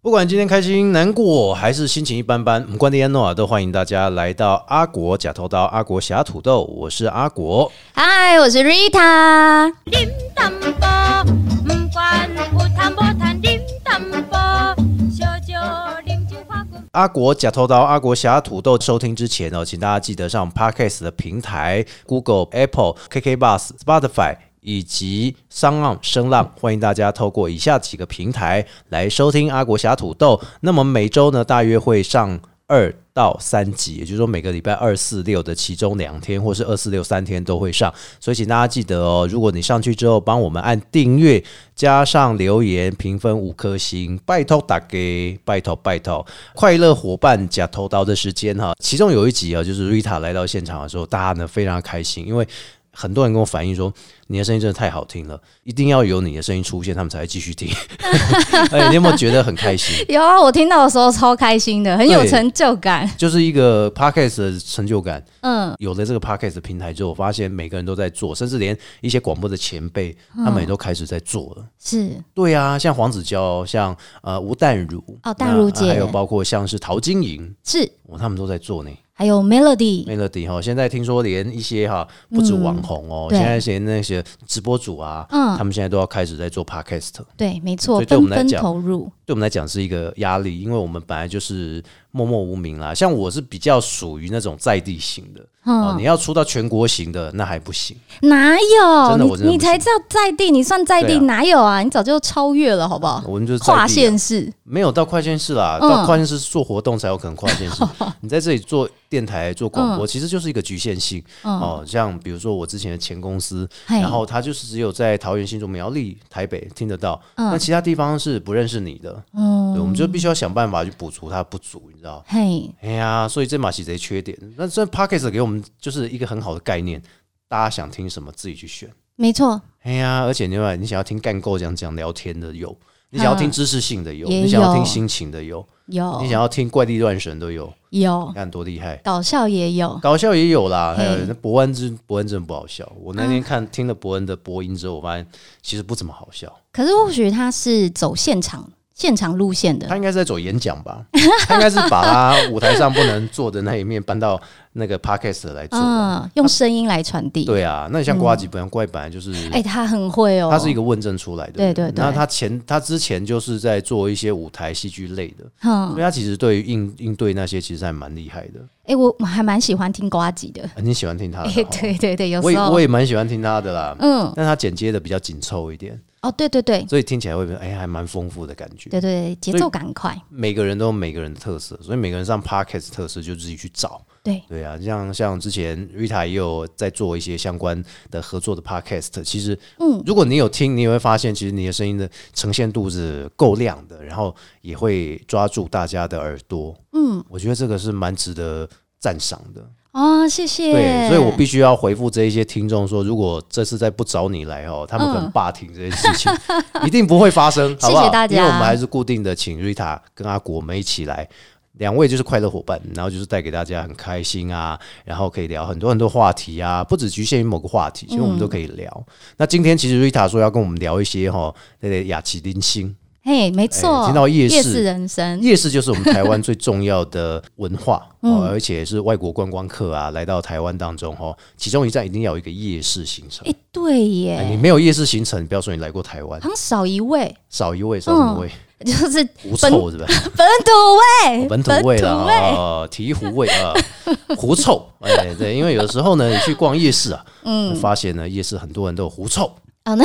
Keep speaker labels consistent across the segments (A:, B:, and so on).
A: 不管今天开心、难过还是心情一般般，不管的安诺啊，都欢迎大家来到阿国假头刀、阿国侠土豆，我是阿国。
B: 嗨，我是 Rita。
C: điểm tâm bò
A: 嗯
C: Mùa quan u tham bò than điểm tâm bò Cho cho điểm chữ khoa cùng
A: 阿国假头刀、阿国侠土豆收听之前呢、哦，请大家记得上 Podcast 的平台 Google、Apple、KK Bus、Spotify。以及商浪、声浪，欢迎大家透过以下几个平台来收听阿国侠土豆。那么每周呢，大约会上二到三集，也就是说每个礼拜二、四、六的其中两天，或是二、四、六三天都会上。所以请大家记得哦，如果你上去之后帮我们按订阅，加上留言评分五颗星，拜托打给，拜托拜托！快乐伙伴假头刀的时间哈，其中有一集啊，就是 Rita 来到现场的时候，大家呢非常开心，因为。很多人跟我反映说，你的声音真的太好听了，一定要有你的声音出现，他们才会继续听。 哎，你有没有觉得很开心？
B: 有啊，我听到的时候超开心的，很有
A: 对
B: 成就感。
A: 就是一个 podcast 的成就感。
B: 嗯，
A: 有了这个 podcast 的平台之后，我发现每个人都在做，甚至连一些广播的前辈，他
B: 嗯
A: 们也都开始在做了。
B: 是
A: 对啊，像黄子佼，像呃吴淡如，
B: 哦淡如
A: 那
B: 姐
A: 还有包括像是陶晶莹，
B: 是，
A: 哦，他们都在做呢。
B: 还有 Melody，
A: Melody 哈，现在听说连一些哈，不止网红哦，
B: 嗯对
A: 现在连那些直播主啊，
B: 嗯
A: 他们现在都要开始在做 podcast。
B: 对，没错
A: 所，以对我
B: 纷
A: 们来
B: 纷
A: 讲
B: 投入。
A: 对我们来讲是一个压力，因为我们本来就是默默无名啦。像我是比较属于那种在地型的，哦，你
B: 嗯，
A: 要出到全国型的那还不行。
B: 哪有
A: 真的我真的
B: 你？你
A: 不行
B: 才叫在地，你算在
A: 对
B: 地
A: 啊
B: 哪有啊？你早就超越了，好不好？
A: 我们就是在地啊
B: 跨县市，
A: 没有到跨县市啦，
B: 嗯
A: 到跨县市做活动才有可能跨 县市。你在这里做电台、
B: 嗯
A: 做广播，其实就是一个局限性、哦。像比如说我之前的前公司，
B: 嘿
A: 然后他就是只有在桃园、新竹、苗栗、台北听得到，
B: 嗯
A: 那、其他地方是不认识你的。对，我们就必须要想办法去补足它不足，你知道。
B: 嘿，
A: 哎呀，所以这马戏贼缺点。那这 p o c k e t 给我们就是一个很好的概念，大家想听什么自己去选。
B: 没错，
A: 哎呀，而且另外，你想要听干够讲讲聊天的有，你想要听知识性的有，
B: 嗯也
A: 你想要听
B: 有
A: 心情的有，
B: 有
A: 你想要听怪力乱神都有，
B: 有
A: 你看多厉害。
B: 搞笑也有，
A: 搞笑也有啦，
B: 嘿
A: 还有那伯恩真伯恩真的不好笑。我那天看、听了伯恩的播音之后，我发现其实不怎么好笑。
B: 可是或许他是走现场现场路线的
A: 他，应该是在走演讲吧， 他应该是把他舞台上不能做的那一面搬到那个 podcast 来做吧。
B: 嗯，用声音来传递。
A: 对啊，那你像瓜吉本来瓜吉本来就是，
B: 哎、他很会哦，
A: 他是一个问政出来的，
B: 哎对对对
A: 那他前他之前就是在做一些舞台戏剧类的，
B: 嗯
A: 所以，他其实对于应应对那些其实还蛮厉害的。
B: 哎、我还蛮喜欢听瓜吉的。
A: 很你喜欢听他的
B: 哎、
A: 哈？
B: 对对对，有
A: 啊我
B: 时
A: 也
B: 候
A: 我也蛮喜欢听他的啦。
B: 嗯，
A: 但他剪接的比较紧凑一点，
B: 哦，对对对
A: 所以听起来会哎还蛮丰富的感觉。
B: 对对对，节奏感很快，
A: 每个人都有每个人的特色，所以每个人上 podcast 特色就自己去找。
B: 对
A: 对啊，像像之前 Rita 也有在做一些相关的合作的 podcast。其实，嗯，如果你有听，你也会发现，其实你的声音的呈现度是够亮的，然后也会抓住大家的耳朵。嗯，我觉得这个是蛮值得赞赏的。
B: 哦，谢谢。
A: 对，所以我必须要回复这一些听众说，如果这次再不找你来哦，他们可能罢庭这件事 情、一定不会发生，好不好？
B: 谢谢大家
A: 因为我们还是固定的请 Rita 跟阿果我们一起来。两位就是快乐伙伴，然后就是带给大家很开心啊，然后可以聊很多很多话题啊，不只局限于某个话题，其实我们都可以聊。那今天其实 Rita 说要跟我们聊一些哈、那个雅琪林星
B: 嘿，没
A: 哎
B: 错，
A: 听到夜市
B: 人生，
A: 夜市就是我们台湾最重要的文化，
B: 嗯
A: 哦，而且是外国观光客啊来到台湾当中哦，其中一站一定要有一个夜市行程。
B: 哎、对耶，
A: 哎你没有夜市行程，不要说你来过台湾
B: 好，像少一位，
A: 少一位，少一位，
B: 嗯就是
A: 狐臭是吧？
B: 本土味，
A: 本土味啦，哦，醍醐味啊， 狐臭。哎，对，因为有的时候呢，你去逛夜市啊，嗯，发现呢，夜市很多人都有狐 臭，
B: 啊，那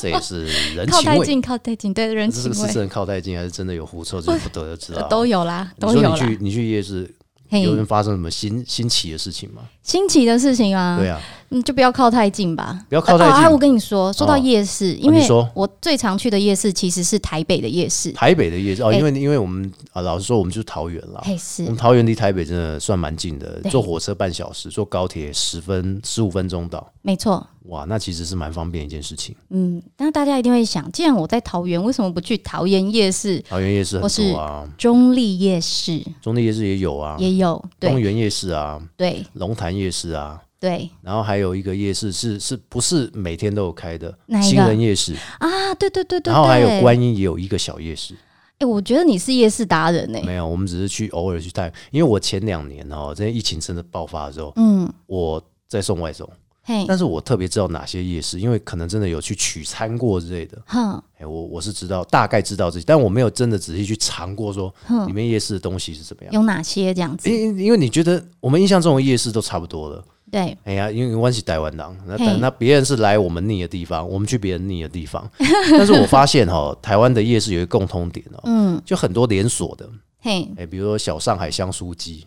A: 这也是人
B: 靠
A: 情
B: 太
A: 味。
B: 近，靠太近，对人
A: 这是
B: 情
A: 个是
B: 味
A: 真的靠太近，还是真的有狐臭，这不得而知啊。
B: 都有啦，
A: 你
B: 都
A: 说
B: 有
A: 你
B: 啦。嗯
A: 去你去夜市，
B: 嘿，
A: 有人发生什么新新奇的事情吗？
B: 新奇的事情啊，
A: 对啊，
B: 嗯，就不要靠太近吧，
A: 不要靠太近哦
B: 啊啊我跟你说，说到夜市，因
A: 你
B: 为
A: 说
B: 我最常去的夜市其实是台北的夜市，
A: 台北的夜市哦，
B: 哎
A: 因为因为我们啊，老实说，我们就是桃园啦。
B: 嘿
A: 我
B: 是
A: 们桃园离台北真的算蛮近的，
B: 对
A: 坐火车半小时，坐高铁十分十五分钟到，
B: 没错，
A: 哇，那其实是蛮方便一件事情。
B: 嗯，那大家一定会想，既然我在桃园，为什么不去桃园夜市、
A: 桃园夜市很
B: 或是
A: 多啊，
B: 中立夜市？
A: 中立夜市也有啊，
B: 也有，
A: 东
B: 对
A: 园夜市啊，
B: 对
A: 龙潭夜市啊，
B: 对
A: 然后还有一个夜市是是不是每天都有开的？
B: 哪一个
A: 新人夜市，
B: 啊，对对对对
A: 然后还有
B: 对
A: 观音也有一个小夜市，
B: 哎、我觉得你是夜市达人欸呢、
A: 没有，我们只是去偶尔去带，因为我前两年哦，这疫情真的爆发的时候，
B: 嗯，
A: 我在送外送，
B: 嘿，
A: 但是我特别知道哪些夜市，因为可能真的有去取餐过之类的。
B: 哼，
A: 哎、我我是知道大概知道这些，但我没有真的仔细去尝过说里面夜市的东西是怎么样。
B: 嗯有哪些这样子？
A: 因因为你觉得我们印象中的夜市都差不多了，
B: 对，
A: 哎呀，因为关系台湾党，那
B: 嘿
A: 但那别人是来我们腻的地方，我们去别人腻的地 方。但是我发现哦，台湾的夜市有一个共通点哦，
B: 嗯，
A: 就很多连锁的，
B: 嘿，
A: 哎、比如说小上海香酥鸡，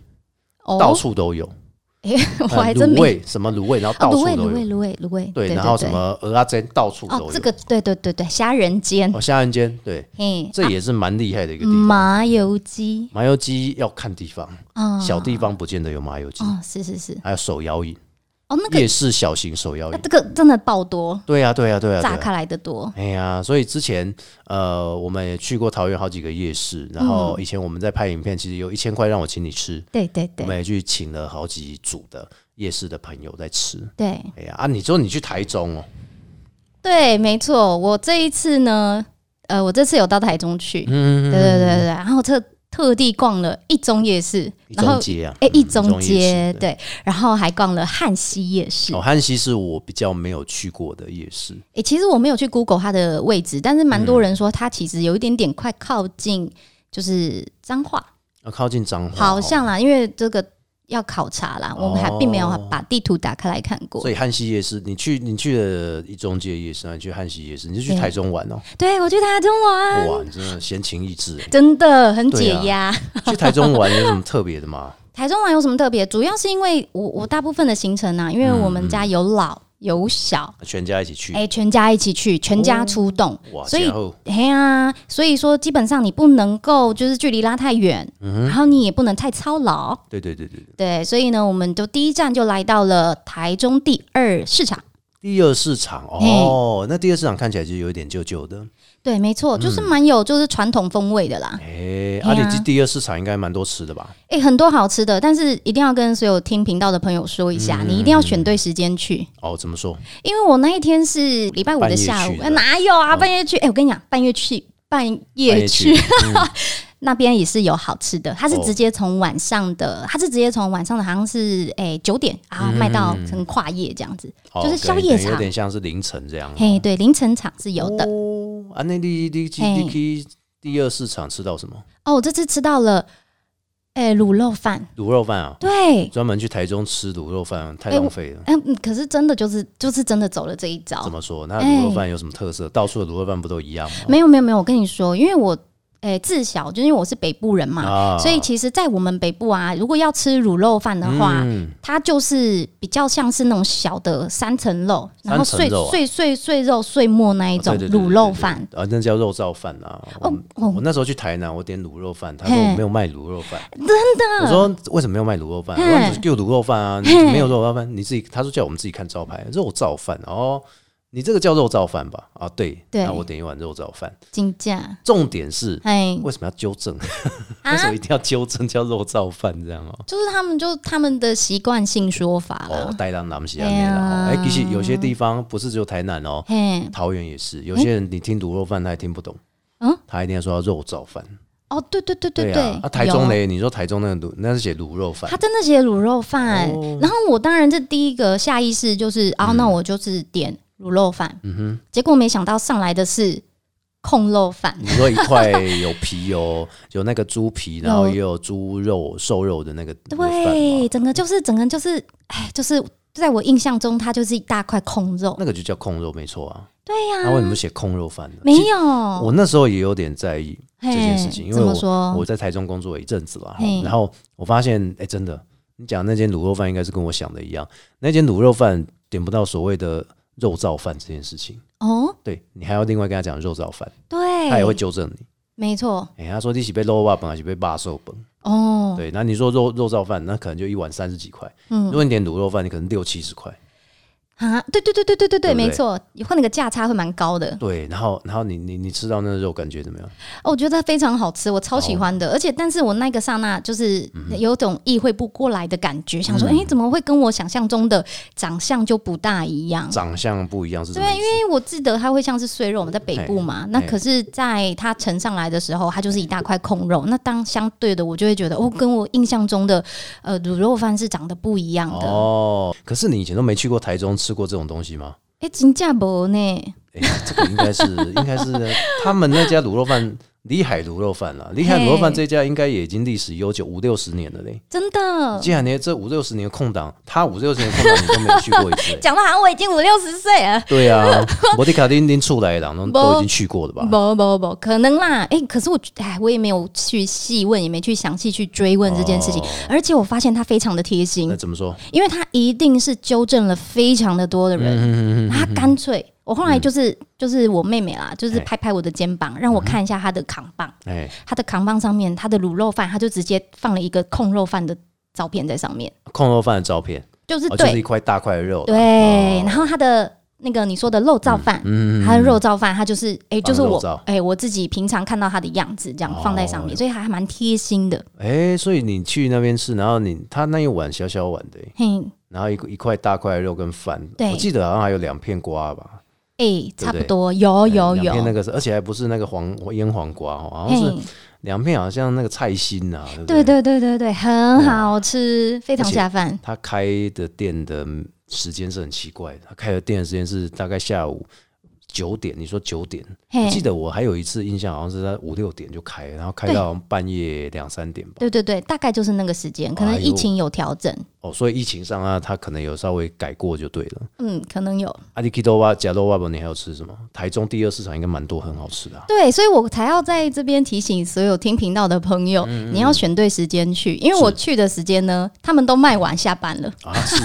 B: 哦，
A: 到处都有，
B: 哎、 我
A: 呃
B: 还真
A: 卤
B: 没
A: 味什么卤味，然后
B: 啊
A: 到处
B: 卤味，
A: 都
B: 卤味，
A: 有，
B: 卤味，卤味，
A: 对，然后什么鹅啊煎到处
B: 对？
A: 都
B: 哦，
A: 有。
B: 这个对对对对，虾仁煎，
A: 哦，虾仁煎，对，
B: 嘿，
A: 这
B: 啊
A: 也是蛮厉害的一个地方。
B: 麻油鸡
A: 麻油鸡要看地方，
B: 啊，
A: 小地方不见得有麻油鸡，
B: 哦，是是是，
A: 还有手摇饮，
B: 哦，那个
A: 夜市小型手摇
B: 那
A: 饮。
B: 这个真的爆多，
A: 对啊呀，对呀，对呀，对
B: 炸
A: 呀。
B: 开来的多，
A: 哎呀，所以之前呃，我们也去过桃园好几个夜市，然后
B: 嗯
A: 以前我们在拍影片，其实有一千块让我请你吃，
B: 对对
A: 我
B: 对
A: 们也去请了好几组的夜市的朋友在吃。
B: 对。
A: 哎呀，啊，你说你去台中哦，
B: 对，没错，我这一次呢，呃，我这次有到台中去，
A: 嗯，
B: 对对对对，然后特特地逛了一中夜市，
A: 一
B: 然后
A: 中街啊，
B: 哎一
A: 中
B: 中
A: 夜
B: 街
A: 市
B: 对，然后还逛了汉西夜市。
A: 哦，汉西是我比较没有去过的夜市，
B: 哎，其实我没有去 Google 它的位置，但是蛮
A: 嗯
B: 多人说它其实有一点点快靠近就是彰化，
A: 要啊靠近彰化，
B: 好像啦，因为这个要考察啦，我们还并没有
A: 哦
B: 把地图打开来看
A: 哦。
B: 过
A: 所。以汉西夜市，你去你去了一中街夜市，然后你去汉西夜市，你就去
B: 对
A: 台中玩哦，
B: 对，我去台中玩，
A: 哇，你真的闲情逸致欸。
B: 真的很
A: 对
B: 解
A: 啊
B: 压。
A: 去台中玩有什么特别的吗？
B: 台中玩有什么特别？主要是因为我我大部分的行程啊，因为我们家有
A: 嗯
B: 老有小，
A: 啊全家一起去
B: 哎、，全家一起去，全家出动，
A: 哇，
B: 所以
A: 然后
B: 嘿啊，所以说基本上你不能够就是距离拉太远，
A: 嗯
B: 然后你也不能太操劳，
A: 对对对对，对
B: 对，所以呢，我们就第一站就来到了台中第二市场。
A: 第二市场哦，那第二市场看起来就有一点旧旧的，
B: 对，没错，就是
A: 嗯
B: 蛮有就是传统风味的啦，
A: 哎，
B: 嘿
A: 啊，
B: 啊
A: 你去第二市场应该蛮多吃的吧？
B: 哎、很多好吃的，但是一定要跟所有听频道的朋友说一下，
A: 嗯
B: 你一定要选对时间去，
A: 哦，怎么说？
B: 因为我那一天是礼拜五的下
A: 半夜
B: 午
A: 去，的
B: 呃哪有啊？
A: 嗯
B: 半夜去？哎、我跟你讲，半夜去，半
A: 半
B: 夜
A: 夜
B: 去
A: 去
B: 那边也是有好吃的，它是
A: 哦
B: 直接从晚上的，它是直接从晚上的，好像是哎九、点啊卖到成跨夜这样子，
A: 嗯哦
B: 就是宵
A: 可以
B: 夜
A: 可以有
B: 场
A: 点像是凌晨这样。
B: 嘿，对，凌晨场是有的。
A: 哦，啊，那第一第一
B: 嘿
A: 第一第二市场吃到什么？
B: 哦，我这次吃到了哎、卤肉饭，
A: 卤肉饭啊，
B: 对，
A: 专门去台中吃卤肉饭太
B: 哎
A: 浪
B: 我
A: 费了。
B: 哎、嗯，可是真的就是就是真的走了这一招
A: 怎，么说？那卤肉饭有什么特色？到处的卤肉饭不都一样吗？
B: 哎没有没有没有，我跟你说，因为我哎、自小就因为我是北部人嘛，
A: 啊
B: 所以其实，在我们北部啊，如果要吃卤肉饭的话，
A: 嗯
B: 它就是比较像是那种小的三层肉，然后
A: 三层
B: 碎
A: 肉啊
B: 碎碎碎肉碎末那一种
A: 哦对对对对
B: 卤肉饭。
A: 啊，那叫肉燥饭啊。我
B: 哦哦
A: 我那时候去台南，我点卤肉饭，他说
B: 嘿
A: 我没有卖卤肉饭，真的。我说为什么没有卖卤肉饭？我说
B: 嘿
A: 你就给我卤肉饭啊，你
B: 嘿
A: 没有肉燥饭，你自己。他说叫我们自己看招牌，肉燥饭哦。你这个叫肉燥饭吧？啊，对，
B: 对
A: 那我点一碗肉燥饭。
B: 金价，
A: 重点是
B: 哎
A: 为什么要纠正？为什
B: 啊
A: 么，一定要纠正叫肉燥饭这样哦？
B: 就是他们就他们的习惯性说法
A: 哦
B: 了，，
A: 带当南西安面啦。
B: 啊哎
A: 哎、
B: 呀
A: 其实有些地方不是只有台南哦，
B: 嘿，
A: 桃园也是。有些人你听卤肉饭，他也听不懂，
B: 嗯
A: 他一定要说肉燥饭。
B: 哦，对对对对
A: 啊
B: 对，，
A: 啊，台中
B: 有
A: 嘞，你说台中那个卤，那是写卤肉饭
B: 他，真的写卤肉饭，
A: 哦嗯
B: 然后我当然这第一个下意识就是啊，那我就是点卤肉饭，嗯哼，结果没想到上来的是控肉饭，
A: 你说一块有皮有有那个猪皮，然后也有猪肉瘦肉的那个那个饭
B: 对，
A: 嘛，
B: 整个就是整个就是，哎，就是在我印象中，它就是一大块空肉。
A: 那个就叫控肉，没错啊。
B: 对呀、
A: 那为什么不写控肉饭呢？
B: 没
A: 其实
B: 有
A: 我那时候也有点在意这件事情，因
B: 嘿
A: 为
B: 怎么
A: 我
B: 说
A: 我在台中工作了一阵子了，
B: 嘿
A: 然后我发现，哎、真的，你讲那间卤肉饭应该是跟我想的一样，那间卤肉饭点不到所谓的肉燥饭这件事情，
B: 哦，
A: 对你还要另外跟他讲肉燥饭，
B: 对，
A: 他也会纠正你。
B: 没错
A: 哎、他说你是被肉霸本还是被霸寿本？
B: 哦，
A: 对，那你说肉肉燥饭，那可能就一碗三十几块。如
B: 嗯
A: 果你点卤肉饭，你可能六七十块。
B: 啊，对对对对对对
A: 对
B: 对，
A: 不对
B: 没错，以后那个价差会蛮高的。
A: 对，然后然后你你你吃到那个肉感觉怎么样？
B: 哦，我觉得非常好吃，我超喜欢的。而且，但是我那个刹那就是
A: 嗯
B: 有种意会不过来的感觉，想说，哎、怎么会跟我想象中的长相就不大一样？
A: 长相不一样是什么
B: 对
A: 意思？
B: 因为我记得它会像是碎肉，我们在北部嘛，那
A: 嘿
B: 可是在它盛上来的时候，它就是一大块空肉。那当相对的，我就会觉得，哦，跟我印象中的呃卤肉饭是长得不一样的。
A: 哦，可是你以前都没去过台中吃过这种东西吗？
B: 哎、真假不呢？
A: 哎、这个应该是应该是他们那家卤肉饭，里海卤肉饭啦，里海卤肉饭
B: 嘿
A: 这家应该也已经历史悠久五六十年了嘞。
B: 真的。
A: 既然你这五六十年的空档，他五六十年的空档你都没有去过一次、哎
B: 讲到好像我已经五六十岁了，
A: 对啊， 摩迪卡丁丁出来的，都都已经去过了吧？
B: 不不不，可能啦。哎、可是我哎，我也没有去细问，也没去详细去追问这件事情。
A: 哦
B: 而且我发现他非常的贴
A: 那
B: 心，
A: 怎么说？
B: 因为他一定是纠正了非常的多的人，
A: 嗯，
B: 他干脆。我后来就是就是我妹妹啦，就是
A: 哎
B: 拍拍我的肩膀，让我看一下她的扛棒，
A: 哎，
B: 她的扛棒上面她的卤肉饭，她就直接放了一个控肉饭的照片在上面，
A: 控肉饭的照片，
B: 就是
A: 哦，就
B: 对、
A: 是一块大块的肉啦，
B: 对，
A: 哦
B: 然后她的那个你说的肉燥饭，
A: 嗯
B: 它的肉燥饭，它就是哎、
A: 放
B: 就是
A: 肉
B: 我
A: 燥
B: 哎、我自己平常看到它的样子，这样放在上面，
A: 哦
B: 所以还蛮贴心的。
A: 哎、所以你去那边吃，然后你他那一碗小小碗的、
B: 嘿，
A: 然后一一块大块的肉跟饭，
B: 对
A: 我记得好像还有两片瓜吧，
B: 哎、
A: 对哎
B: 差不多，有有
A: 两
B: 有，
A: 片那个是，而且还不是那个黄腌黄瓜哦，好像
B: 嘿
A: 是，两片，好像那个菜心啊，对不
B: 对
A: 对？
B: 对对对对，很好吃，非常下饭。
A: 他开的店的时间是很奇怪的，他开的店的时间是大概下午九点，你说九点，
B: 嘿
A: 我，记得我还有一次印象，好像是在五六点就开，然后开
B: 对
A: 到半夜两三点吧。
B: 对对对，大概就是那个时间，可
A: 哎
B: 能
A: 呦
B: 疫情有调整，
A: 哦，所以疫情上啊，他可能有稍微改过就对了。啊
B: 嗯，可能有。
A: 阿里基多瓦、加多瓦伯，你还有吃什么？台中第二市场应该蛮多很好吃 的啊、
B: 对，所以我才要在这边提醒所有听频道的朋友，你要选对时间去，因为我
A: 嗯是
B: 去的时间呢，他们都卖完下班了。
A: 啊， 是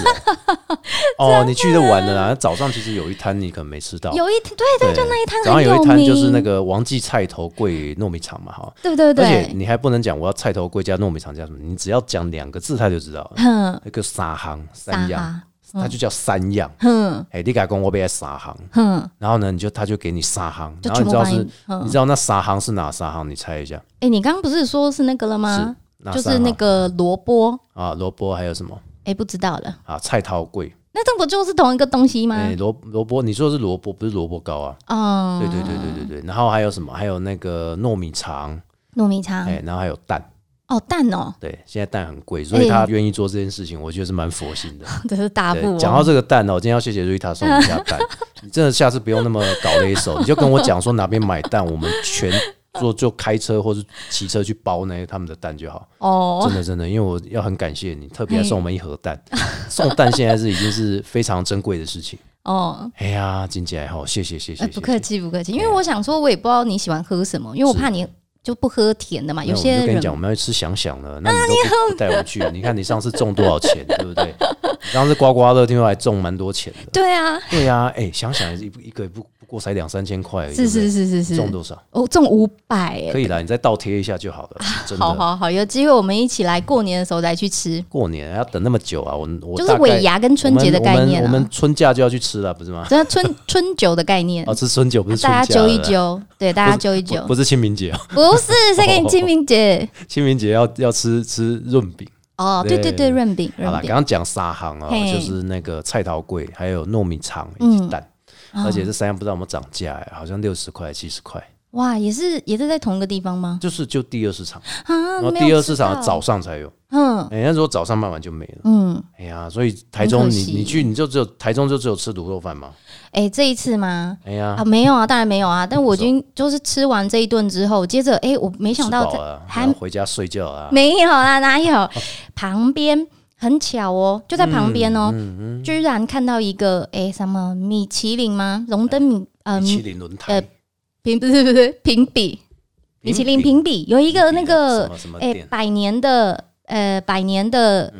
A: 哦，哦，你去的晚了啦。早上其实有一摊你可能没吃到，
B: 有一对
A: 对，
B: 就那一摊
A: 早上
B: 很
A: 有一
B: 有
A: 摊
B: 名，
A: 就是那个王记菜头桂糯米肠嘛，哈。
B: 对对
A: 而且
B: 对，
A: 你还不能讲我要菜头桂加糯米肠加什么，你只要讲两个字他就知道了，
B: 哼，
A: 那个三行
B: 撒嗯
A: 三样，
B: 哈，
A: 它就叫三样。
B: 哼
A: 哎，你敢讲我被三行，
B: 哼，
A: 然后呢，你就他就给你三行，
B: 就
A: 然后你
B: 全部
A: 知道
B: 帮
A: 是
B: 你，。嗯
A: 你，知道那三行是哪三行？你猜一下，
B: 哎，你刚刚不是说是那个了
A: 是
B: 吗？
A: 哪
B: 啊就
A: 三
B: 是那
A: 行
B: 个萝卜，
A: 啊，萝卜还有什么
B: 哎，不知道了，
A: 啊？菜头桂，
B: 那这不就是同一个东西吗
A: 哎，？萝萝卜，你说的是萝卜，不是萝卜糕啊？
B: 嗯，
A: 对对对对对对，然后还有什么？还有那个糯米肠，
B: 糯米肠，
A: 哎，然后还有蛋，
B: 哦，蛋哦，
A: 对，现在蛋很
B: 哎
A: 贵，所以他愿意做这件事情，我觉得是蛮佛心的。
B: 这是大
A: 对
B: 步哦。
A: 讲到这个蛋呢，我今天要谢谢瑞塔送我一下 蛋，你真的下次不用那么搞勒手，你就跟我讲说哪边买蛋，我们全做就开车或是骑车去包那些他们的蛋就好。
B: 哦
A: 真，的真的，因为我要很感谢你，特别还送我们一盒 蛋，送蛋现在是已经是非常珍贵的事情。
B: 哦，
A: 哎呀，金姐好，谢谢谢谢，
B: 哎，
A: 谢
B: 不
A: 谢
B: 客气不客气，因为我想说，我也不知道你喜欢喝什么，因为我怕你就不喝甜的嘛。
A: 没
B: 有
A: 我们
B: 些
A: 就跟你讲，我
B: 人啊
A: 们要去吃想想了，那你都不不带我们去，你看你上次中多少 钱，对不对？你上次刮刮乐听说还中蛮多钱的。
B: 对啊，
A: 对呀、啊，哎、想想一一个也不不过才两三千块而已，
B: 是是
A: 是
B: 是是
A: 中
B: 是，
A: 多少？
B: 哦，中五百
A: 可
B: 哎，
A: 以啦，你再倒贴一下就好 了，真的。
B: 好好好，有机会我们一起来过年的时候再去吃，
A: 过年要等那么久啊，我我
B: 就是
A: 大概
B: 尾牙跟春节的概念
A: 我们我们我们
B: 啊，
A: 春假就要去吃了，不是吗？
B: 真的春 春酒的概念
A: 哦，，吃春酒不是春假
B: 嗯大家揪
A: 了
B: 一
A: 啦
B: 揪，对，大家揪一揪
A: 不，不是清明节哦，
B: 不是谁给你清明节
A: 清明节要要吃吃润饼。
B: 哦，对对对，润饼
A: 好
B: 润
A: 啦，刚
B: 饼，
A: 刚讲沙行啊，
B: 嘿
A: 就是那个菜桃粿，还有糯米肠以及
B: 嗯
A: 蛋。
B: 哦
A: 而且这三样不知道有没有涨价、欸，好像六十块、七十块，
B: 哇，也是也是在同一个地方吗？
A: 就是就第二市 场，
B: 啊，
A: 然后
B: 没有
A: 第二
B: 吃
A: 市场
B: 到
A: 的早，上才有，
B: 嗯
A: 哎、那时候早上卖完就没了。
B: 嗯，
A: 哎呀，所以台
B: 很
A: 中
B: 可
A: 你
B: 惜
A: 你去你就只有台中就只有吃卤肉饭嘛，
B: 哎，这一次吗？
A: 哎呀，
B: 啊，没有啊，当然没有啊。但我已经就是吃完这一顿之后，接着哎、我没想到
A: 吃饱
B: 在
A: 了，
B: 还
A: 然后回家睡觉啊，
B: 没有啦，哪有？旁边很巧哦，就在旁边
A: 嗯
B: 哦，居然看到一个哎、什么米其林吗？荣登米呃
A: 米其林轮胎
B: 呃， 评不是不是评比，米其林评比有一个那
A: 什
B: 个
A: 么什么
B: 哎、
A: 店
B: 百年的呃百年的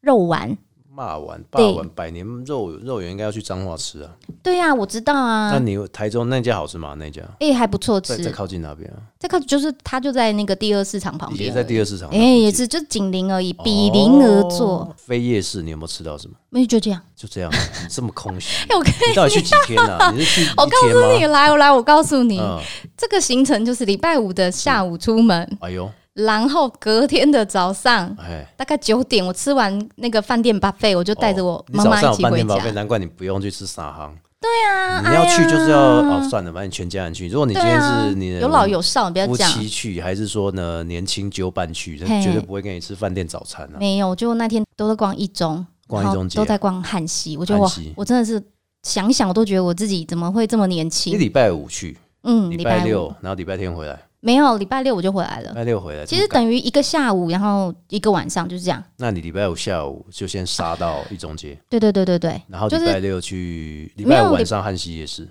B: 肉丸
A: 骂完霸完百年肉肉圆应该要去彰化吃啊。
B: 对呀、我知道
A: 那
B: 啊。
A: 你有台中那家好吃吗？那家
B: 哎、还不错吃
A: 在，在靠近那边啊，
B: 这个就是它就在那个第二市场旁
A: 也
B: 边，
A: 在第哦二市场那
B: 哎、
A: 附近。
B: 也是就紧邻而已，比邻而坐，
A: 哦。非夜市你有没有吃到什么？
B: 没、有就这样。
A: 就这 样啊，你这么空虚。
B: 哎、我跟
A: 你到底去几天啊？你是去一
B: 我告
A: 天
B: 诉你，
A: 吗？
B: 来，我来，我告诉你，
A: 嗯，
B: 这个行程就是礼拜五的下午出门，
A: 哎呦，
B: 然后隔天的早上。
A: 哎，
B: 大概九点，我吃完那个饭店 buffet，我就带着我
A: 哦你
B: 妈妈
A: 早上
B: 一
A: 有
B: 起
A: 半
B: 回
A: 天
B: 家
A: 宝。贝，难怪你不用去吃沙行。
B: 对啊，
A: 你要去就是要
B: 哎呀
A: 哦，算了，反正你全家人去。如果你
B: 对
A: 今天
B: 啊
A: 是你的嗯
B: 有老有少，你不要
A: 夫
B: 这样。
A: 妻去，还是说呢年轻纠伴去，他
B: 嘿
A: 绝对不会跟你吃饭店早餐啊。
B: 没有，就那天都在逛一中，
A: 逛一
B: 然后
A: 中街啊
B: 都在逛汉西。我觉得
A: 汉
B: 哇
A: 西，
B: 我真的是想一想，我都觉得我自己怎么会这么年
A: 你
B: 轻？
A: 礼拜五去，
B: 嗯，
A: 礼
B: 礼
A: 拜
B: 拜
A: 六
B: 五，
A: 然后礼拜天回来，
B: 没有，礼拜六我就回来
A: 礼
B: 了。
A: 拜六回来。
B: 其
A: 这
B: 实
A: 么赶
B: 等于一个下午，然后一个晚上，就是这样。
A: 那你礼拜五下午就先杀到一中街，
B: 对对对对对。
A: 然后
B: 就
A: 礼
B: 是
A: 拜六去，礼
B: 没
A: 拜
B: 有
A: 五晚
B: 礼
A: 上汉西夜市。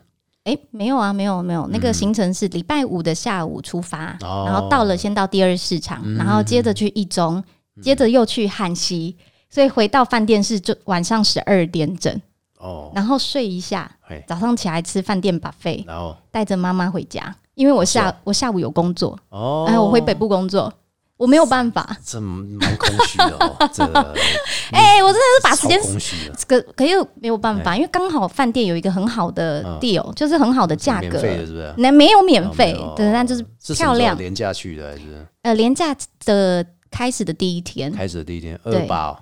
B: 哎，没有啊，没有没有，那个行程是礼拜五的下午出发，
A: 嗯哦嗯
B: 然后到了先到第二市场，然后接着去一中，接着又去汉西，所以回到饭店是就晚上十二点整，
A: 哦，
B: 然后睡一下
A: 嘿，
B: 早上起来吃饭店 buffet，
A: 然后
B: 带着妈妈回家，因为我
A: 是
B: 下、
A: 啊
B: 我下午有工作，
A: 哦，
B: 哎，我回北部工作，我没有办法，
A: 这蛮空虚的 哦，这
B: 哎、我真的是把时间
A: 超。空虚的，
B: 可可又没有办法，因为刚好饭店有一个很好的
A: 哎嗯
B: deal，、就是很好的价
A: 免
B: 格，
A: 费的是不是？
B: 那没有免
A: 哦
B: 费
A: 没有，
B: 对，但就是
A: 是
B: 漂亮
A: 廉价去的还是
B: 呃，廉价的开始的第一天，
A: 开始的第一天二
B: 对
A: 八哦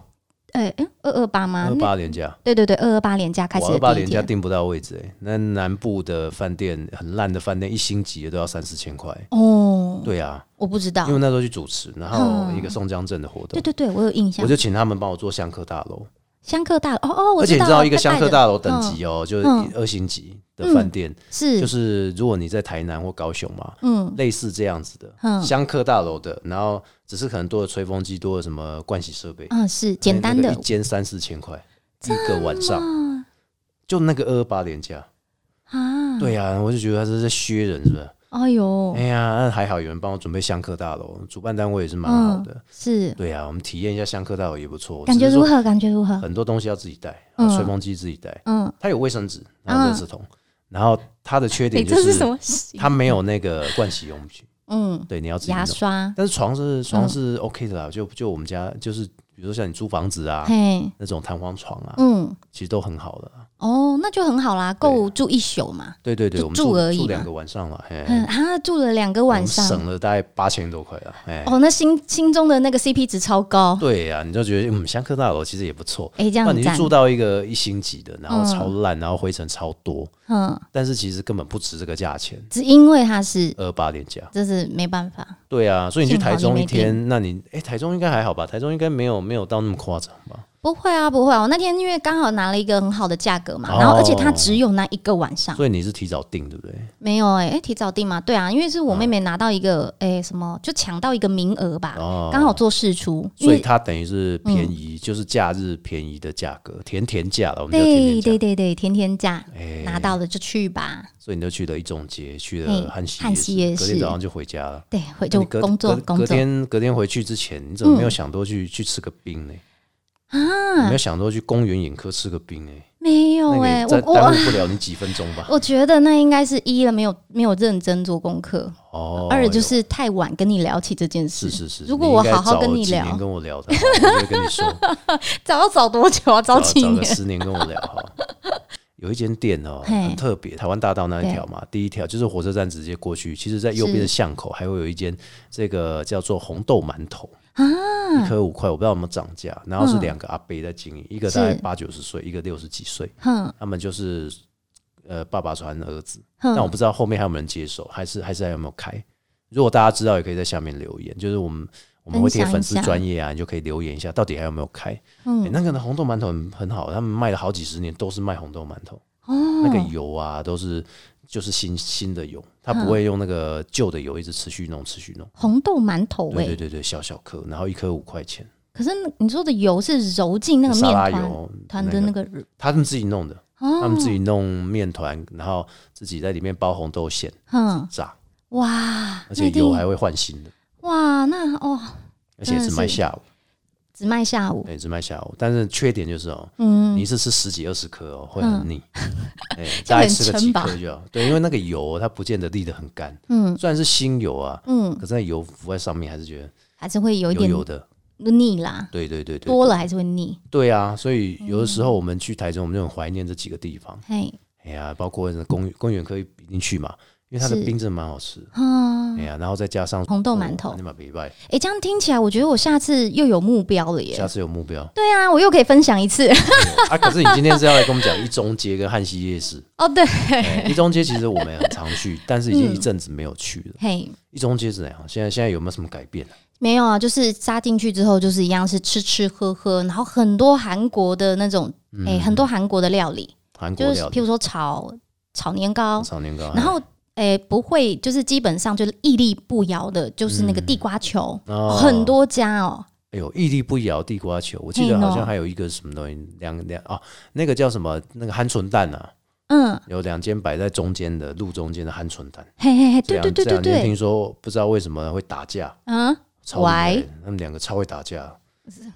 B: 呃，二二八吗？
A: 二
B: 那
A: 八廉价，
B: 嗯对对对，二二八廉价开始
A: 我二八
B: 的第一
A: 廉价
B: 天。
A: 订不到位置、欸，那南部的饭店很烂的饭店，一星级的都要三四千块。
B: 哦，
A: 对啊，
B: 我不知道
A: 因为。那时候去主持，然后一个宋江镇的活动
B: 对，对啊对，我有印
A: 我
B: 象。
A: 就请他们帮我做香客大楼，
B: 香客大楼，哦哦，我
A: 而且你知
B: 了
A: 道一个
B: 他带
A: 香客
B: 着
A: 大楼等级哦、就是
B: 嗯
A: 二星级的饭店，
B: 是，
A: 就是如果你在台南或高雄嘛，
B: 嗯，
A: 类似这样子的、
B: 嗯
A: 香客大楼的，然后只是可能多了吹风机，多了什么盥洗设备，
B: 嗯，是简单
A: 哎那
B: 的
A: 个一间三四千块，一个晚上
B: 啊
A: 就那个二八廉价，
B: 啊，，
A: 对啊，我就觉得他是在削人，是不是？
B: 哎呦
A: 哎，呀，那还好有人帮我准备香客大楼，主办单位也是蛮好的。
B: 是，
A: 对啊，我们体验一下香客大楼也不错。
B: 嗯感觉
A: 只是
B: 如
A: 说
B: 何？感觉如何？
A: 很多东西要自己带，啊
B: 嗯
A: 吹风机自己带，
B: 嗯，
A: 它有卫生纸，然后热纸筒，然后它的缺
B: 你
A: 点就
B: 这是
A: 是
B: 什么？
A: 它没有那个盥洗用具，
B: 嗯，
A: 对，你要自己
B: 牙
A: 弄。
B: 刷，嗯
A: 但是床是床是 OK 的啦，就就我们家就是，比如说像你租房子啊
B: 嘿，
A: 那种弹簧床啊，
B: 嗯，
A: 其实都很好的啦。啊
B: 哦，那就很好啦，够住一宿嘛。
A: 对对对，
B: 就
A: 我们
B: 住
A: 住
B: 而已
A: 住
B: 嘛
A: 两个晚上了，嘿，
B: 嗯，啊，住了两个
A: 我
B: 晚
A: 们
B: 上
A: 省，了大概八千多块了，哎，
B: 哦，那心心中的那个 CP 值超高，
A: 对呀、你就觉得嗯，香客大楼其实也不错。
B: 哎、这
A: 那
B: 样
A: 你
B: 很
A: 去
B: 赞，
A: 住到一个一星级的，然后
B: 嗯
A: 超烂，然后灰尘超多，
B: 嗯，
A: 但是其实根本不值这个价钱，
B: 只因为它是，
A: 二八廉价。
B: 这是没办法，
A: 对啊，所以你去
B: 幸好
A: 台中
B: 你
A: 一
B: 没
A: 天，那你哎，台中应该还好吧？台中应该没有没有到那么夸张吧？
B: 不会啊，不会啊，我那天因为刚好拿了一个很好的价格嘛，
A: 哦
B: 然后而且它只有那一个晚上，
A: 所以你是提早订，对不对？
B: 没有哎、哎、提早订嘛，对啊，因为是我妹妹拿到一个哎、什么，就抢到一个名额吧，
A: 哦
B: 啊刚好做试出，因
A: 所以
B: 为嗯
A: 它等于是便宜，就是假日便宜的价格，甜甜价了，我们叫甜
B: 对
A: 甜
B: 对
A: 价。
B: 对对，天天价。
A: 哎
B: 拿到了就去吧，
A: 所以你就去了一中街，去
B: 嘿
A: 了汉西
B: 汉西
A: 夜
B: 夜
A: 市，隔天
B: 市
A: 早上就回家了。
B: 对，回就
A: 你隔
B: 工作
A: 隔
B: 工
A: 隔
B: 作嗯
A: 天隔天回去之前，你怎么没有想多去、去吃个冰呢？你没
B: 啊
A: 有，想多去公园影科吃个冰呢？
B: 没有哎、
A: 那个
B: 我
A: 再耽
B: 我
A: 误不了你几分钟吧？
B: 我觉得那应该是一了，没有没有认真做功课，
A: 哦，
B: 二就是太晚跟你聊起这件
A: 是
B: 事。
A: 是是，
B: 如果我
A: 应该
B: 好好跟
A: 早
B: 你
A: 几
B: 聊
A: 年跟我聊的话，我就会跟你说，
B: 早要早多久啊？
A: 早
B: 早几
A: 早个
B: 年？
A: 十年跟我聊 哈。有一间店哦，
B: 嘿
A: 很特别，台湾大道那一条嘛，第一条就是火车站直接过去。其实，在右边的
B: 是
A: 巷口还会有一间，这个叫做红豆馒头啊，一颗五块，我不知道有没有涨价。然后是
B: 嗯
A: 两个阿伯在经营，一个大概
B: 是
A: 八九十岁，一个六十几岁。
B: 哼
A: 他们就是呃爸爸传儿子，但我
B: 哼，
A: 不知道后面还有没有人接手，还是还是还有没有开。如果大家知道，也可以在下面留言，就是我们我们会贴
B: 分享一
A: 粉丝
B: 下
A: 专业啊，你就可以留言一下，到底还有没有开。欸
B: 嗯，
A: 那个呢红豆馒头很很好，他们卖了好几十年都是卖红豆馒头，那个
B: 哦，
A: 油啊都是就是新新的油，它
B: 嗯
A: 不会用那个旧的油一直持续弄持续弄。
B: 红豆馒头
A: 对
B: 哎、
A: 对对对，小小颗，然后一颗五块钱，
B: 可是你说的油是揉进那个
A: 沙
B: 面
A: 拉
B: 团
A: 油
B: 团的那个
A: 他们自己弄的，他
B: 哦，
A: 们自己弄面团，然后自己在里面包红豆馅
B: 哼，
A: 炸，
B: 哇，
A: 而
B: 那
A: 且
B: 一定
A: 油还会换新的，
B: 哇，那哦，
A: 而且
B: 真的
A: 只卖
B: 是
A: 下午。
B: 只卖下午，嗯
A: 对，只卖下午，但是缺点就是哦，你一次吃十几二十颗哦，会很腻， 哎，
B: 这
A: 大概
B: 样很
A: 吃个
B: 撑
A: 几
B: 吧
A: 颗就好。对，因为那个油哦它不见得沥得很干，
B: 嗯
A: 虽然是新油啊，
B: 嗯，
A: 可是那油浮在上面还是觉得
B: 还是会有一
A: 油
B: 点
A: 油的。
B: 腻啦，
A: 对对对对，
B: 多了还是会腻。
A: 对啊，所以有的时候我们去台中，我们就很怀念这几个地方。
B: 嘿，
A: 哎呀，包括那公公园可以一定去嘛，因为它的
B: 是
A: 冰真的蛮好吃。
B: 啊，
A: 哎呀，然后再加上哦
B: 红豆馒头
A: 你买别拜，
B: 哎、这样听起来，我觉得我下次又有目标了
A: 下
B: 耶。
A: 次有目标
B: 对啊，我又可以分享一次。
A: 啊。可是你今天是要来跟我们讲一中街跟汉西夜市。
B: 哦，对，
A: 哎 一中街其实我们也很常去，但是已
B: 嗯
A: 经一阵子没有去了。
B: 嘿，
A: 一中街是怎样？现在现在有没有什么改变、啊？
B: 没有啊，就是扎进去之后，就是一样是吃吃喝喝，然后很多韩国的那种，哎、很多韩国的料理，
A: 嗯韩国
B: 就是
A: 料
B: 譬
A: 理、嗯
B: 如说炒炒年糕，
A: 炒年糕，
B: 然后诶、不会，就是基本上就是屹立不摇的，就是那个地瓜球，
A: 嗯哦
B: 很多家哦，
A: 哎呦，屹立不摇地瓜球，我记
B: 嘿哦
A: 得
B: 喏
A: 好像还有一个什么东西，两两哦，那个叫什么？那个鹌鹑蛋啊，
B: 嗯，
A: 有两间摆在中间的路中间的鹌鹑蛋。
B: 嘿嘿嘿，
A: 这
B: 对
A: 两
B: 对对
A: 这两
B: 对
A: 天听
B: 对，
A: 说不知道为什么会打架，
B: 嗯，
A: 超厉害
B: Why？
A: 他们两个超会打架，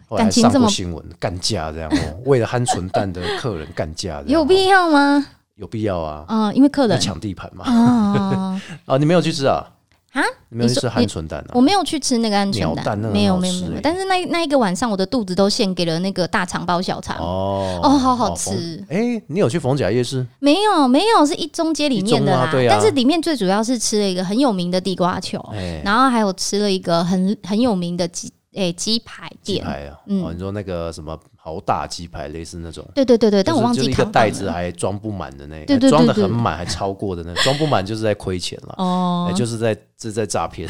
A: 后来
B: 感
A: 还
B: 情
A: 上
B: 这
A: 过
B: 么
A: 新闻，干架这样 哦，为了鹌鹑蛋的客人干架，
B: 有必要吗？
A: 有必要啊？
B: 嗯，因为客
A: 要
B: 人
A: 抢地盘嘛？
B: 啊，
A: 啊，你没有去吃啊？
B: 啊，
A: 你没有去
B: 你
A: 吃
B: 说
A: 鹌鹑蛋啊？
B: 我没有去吃那个鹌
A: 鸟
B: 鹑
A: 蛋那个
B: 没有
A: 很好
B: 没有没
A: 吃
B: 有
A: 欸，
B: 但是那那一个晚上，我的肚子都献给了那个大肠包小肠。
A: 哦
B: 哦好好吃
A: 逢哎，你有去逢甲夜市？
B: 没有没有，是一中街里面的啦
A: 一中啊。对啊
B: 但是里面最主要是吃了一个很有名的地瓜球，
A: 哎，
B: 然后还有吃了一个很很有名的鸡诶鸡排
A: 鸡
B: 店。
A: 排啊，
B: 嗯
A: 哦，你说那个什么好大鸡排，类似那种。
B: 对对对对，但
A: 就是
B: 我忘
A: 就是
B: 记
A: 一个
B: 扛
A: 袋子啊还装不满的那，
B: 对对对
A: 装的
B: 对
A: 很满还超过的那，装不满就是在亏钱了。
B: 哦
A: 哎，就是在这是在诈骗，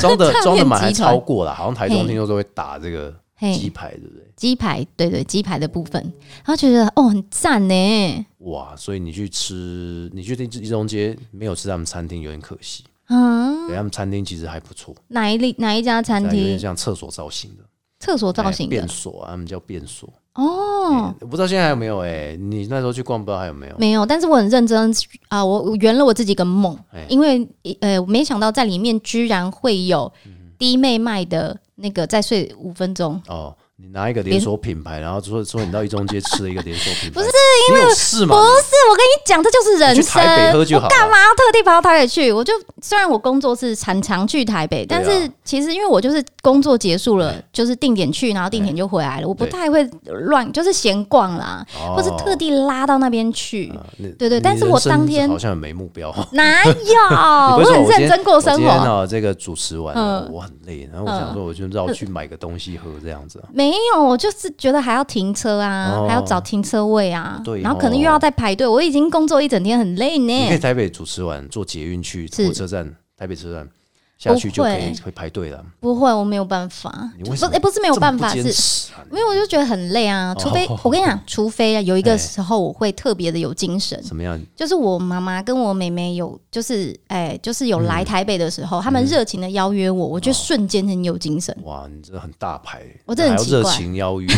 A: 装的
B: 诈骗
A: 装的满还
B: 集团
A: 超过了，好像台中
B: 嘿
A: 听说都会打这个鸡
B: 嘿，
A: 排，对不对？
B: 鸡排，对对，鸡排的部分，然后觉得哦很赞呢，
A: 哇，所以你去吃，你去一中街没有吃他们餐厅有点可惜，
B: 嗯，
A: 对他们餐厅其实还不错，
B: 哪一里哪一家餐
A: 有点
B: 厅？
A: 像厕所造型的
B: 厕所造
A: 哎
B: 型的
A: 便所啊，他们叫便所。
B: 哦，
A: 我不知道现在还有没有哎、你那时候去逛不知道还有没有？
B: 没有，但是我很认真啊、我我圆了我自己一个梦
A: 哎，
B: 因为呃，我没想到在里面居然会有低妹卖的那个再睡五分钟，
A: 哦，嗯你拿一个连锁品牌，然后说说你到一中街吃了一个连锁品牌，不是因为
B: 因
A: 有事吗？
B: 不是，我跟你哎讲，这就是人
A: 你去
B: 生。
A: 台北喝就好
B: 我干
A: 了
B: 嘛要特地跑到台北去？我就虽然我工作是常常去台北，
A: 对啊哎
B: 但是其实因为我就是工作结束了，就是定点去，然后定点就回来了，我不
A: 对
B: 太会乱，就是闲逛啦，
A: 哎哦
B: 或是特地拉到那边去。
A: 啊你
B: 对对
A: 你
B: 但是我
A: 人生
B: 当天
A: 好像很没目标。
B: 哪 有？
A: 你不是说我
B: 很
A: 今
B: 认
A: 天
B: 真过生
A: 我今天哦
B: 活。
A: 呢，这个主持完了，
B: 嗯
A: 我很累，然后我想说，我就绕去买个东西喝这样子啊。
B: 没有，我就是觉得还要停车啊，
A: 哦
B: 还要找停车位啊，
A: 对
B: 然后可能
A: 哦
B: 又要再排队。我已经工作一整天，很累
A: 你可以
B: 呢。
A: 台北主持完，坐捷运去
B: 嗯是
A: 火车站，台北车站下去就可以会排队了。
B: 不会，我没有办法。
A: 你
B: 就
A: 为
B: 不
A: 什
B: 是，
A: 么
B: 诶不是没有办法，
A: 这么不
B: 是
A: 坚持啊
B: 因为我就觉得很累啊，
A: 哦
B: 除 非、我跟你讲，除非啊有一个时候我会特别的有精神，
A: 什么样？
B: 就是我妈妈跟我妹妹有，就是哎、就是有
A: 嗯
B: 来台北的时候，他们热情的邀约我，我就
A: 哦
B: 瞬间很有精神，
A: 哇，你这很大牌，
B: 我真的
A: 还要
B: 很奇怪
A: 热情邀 约，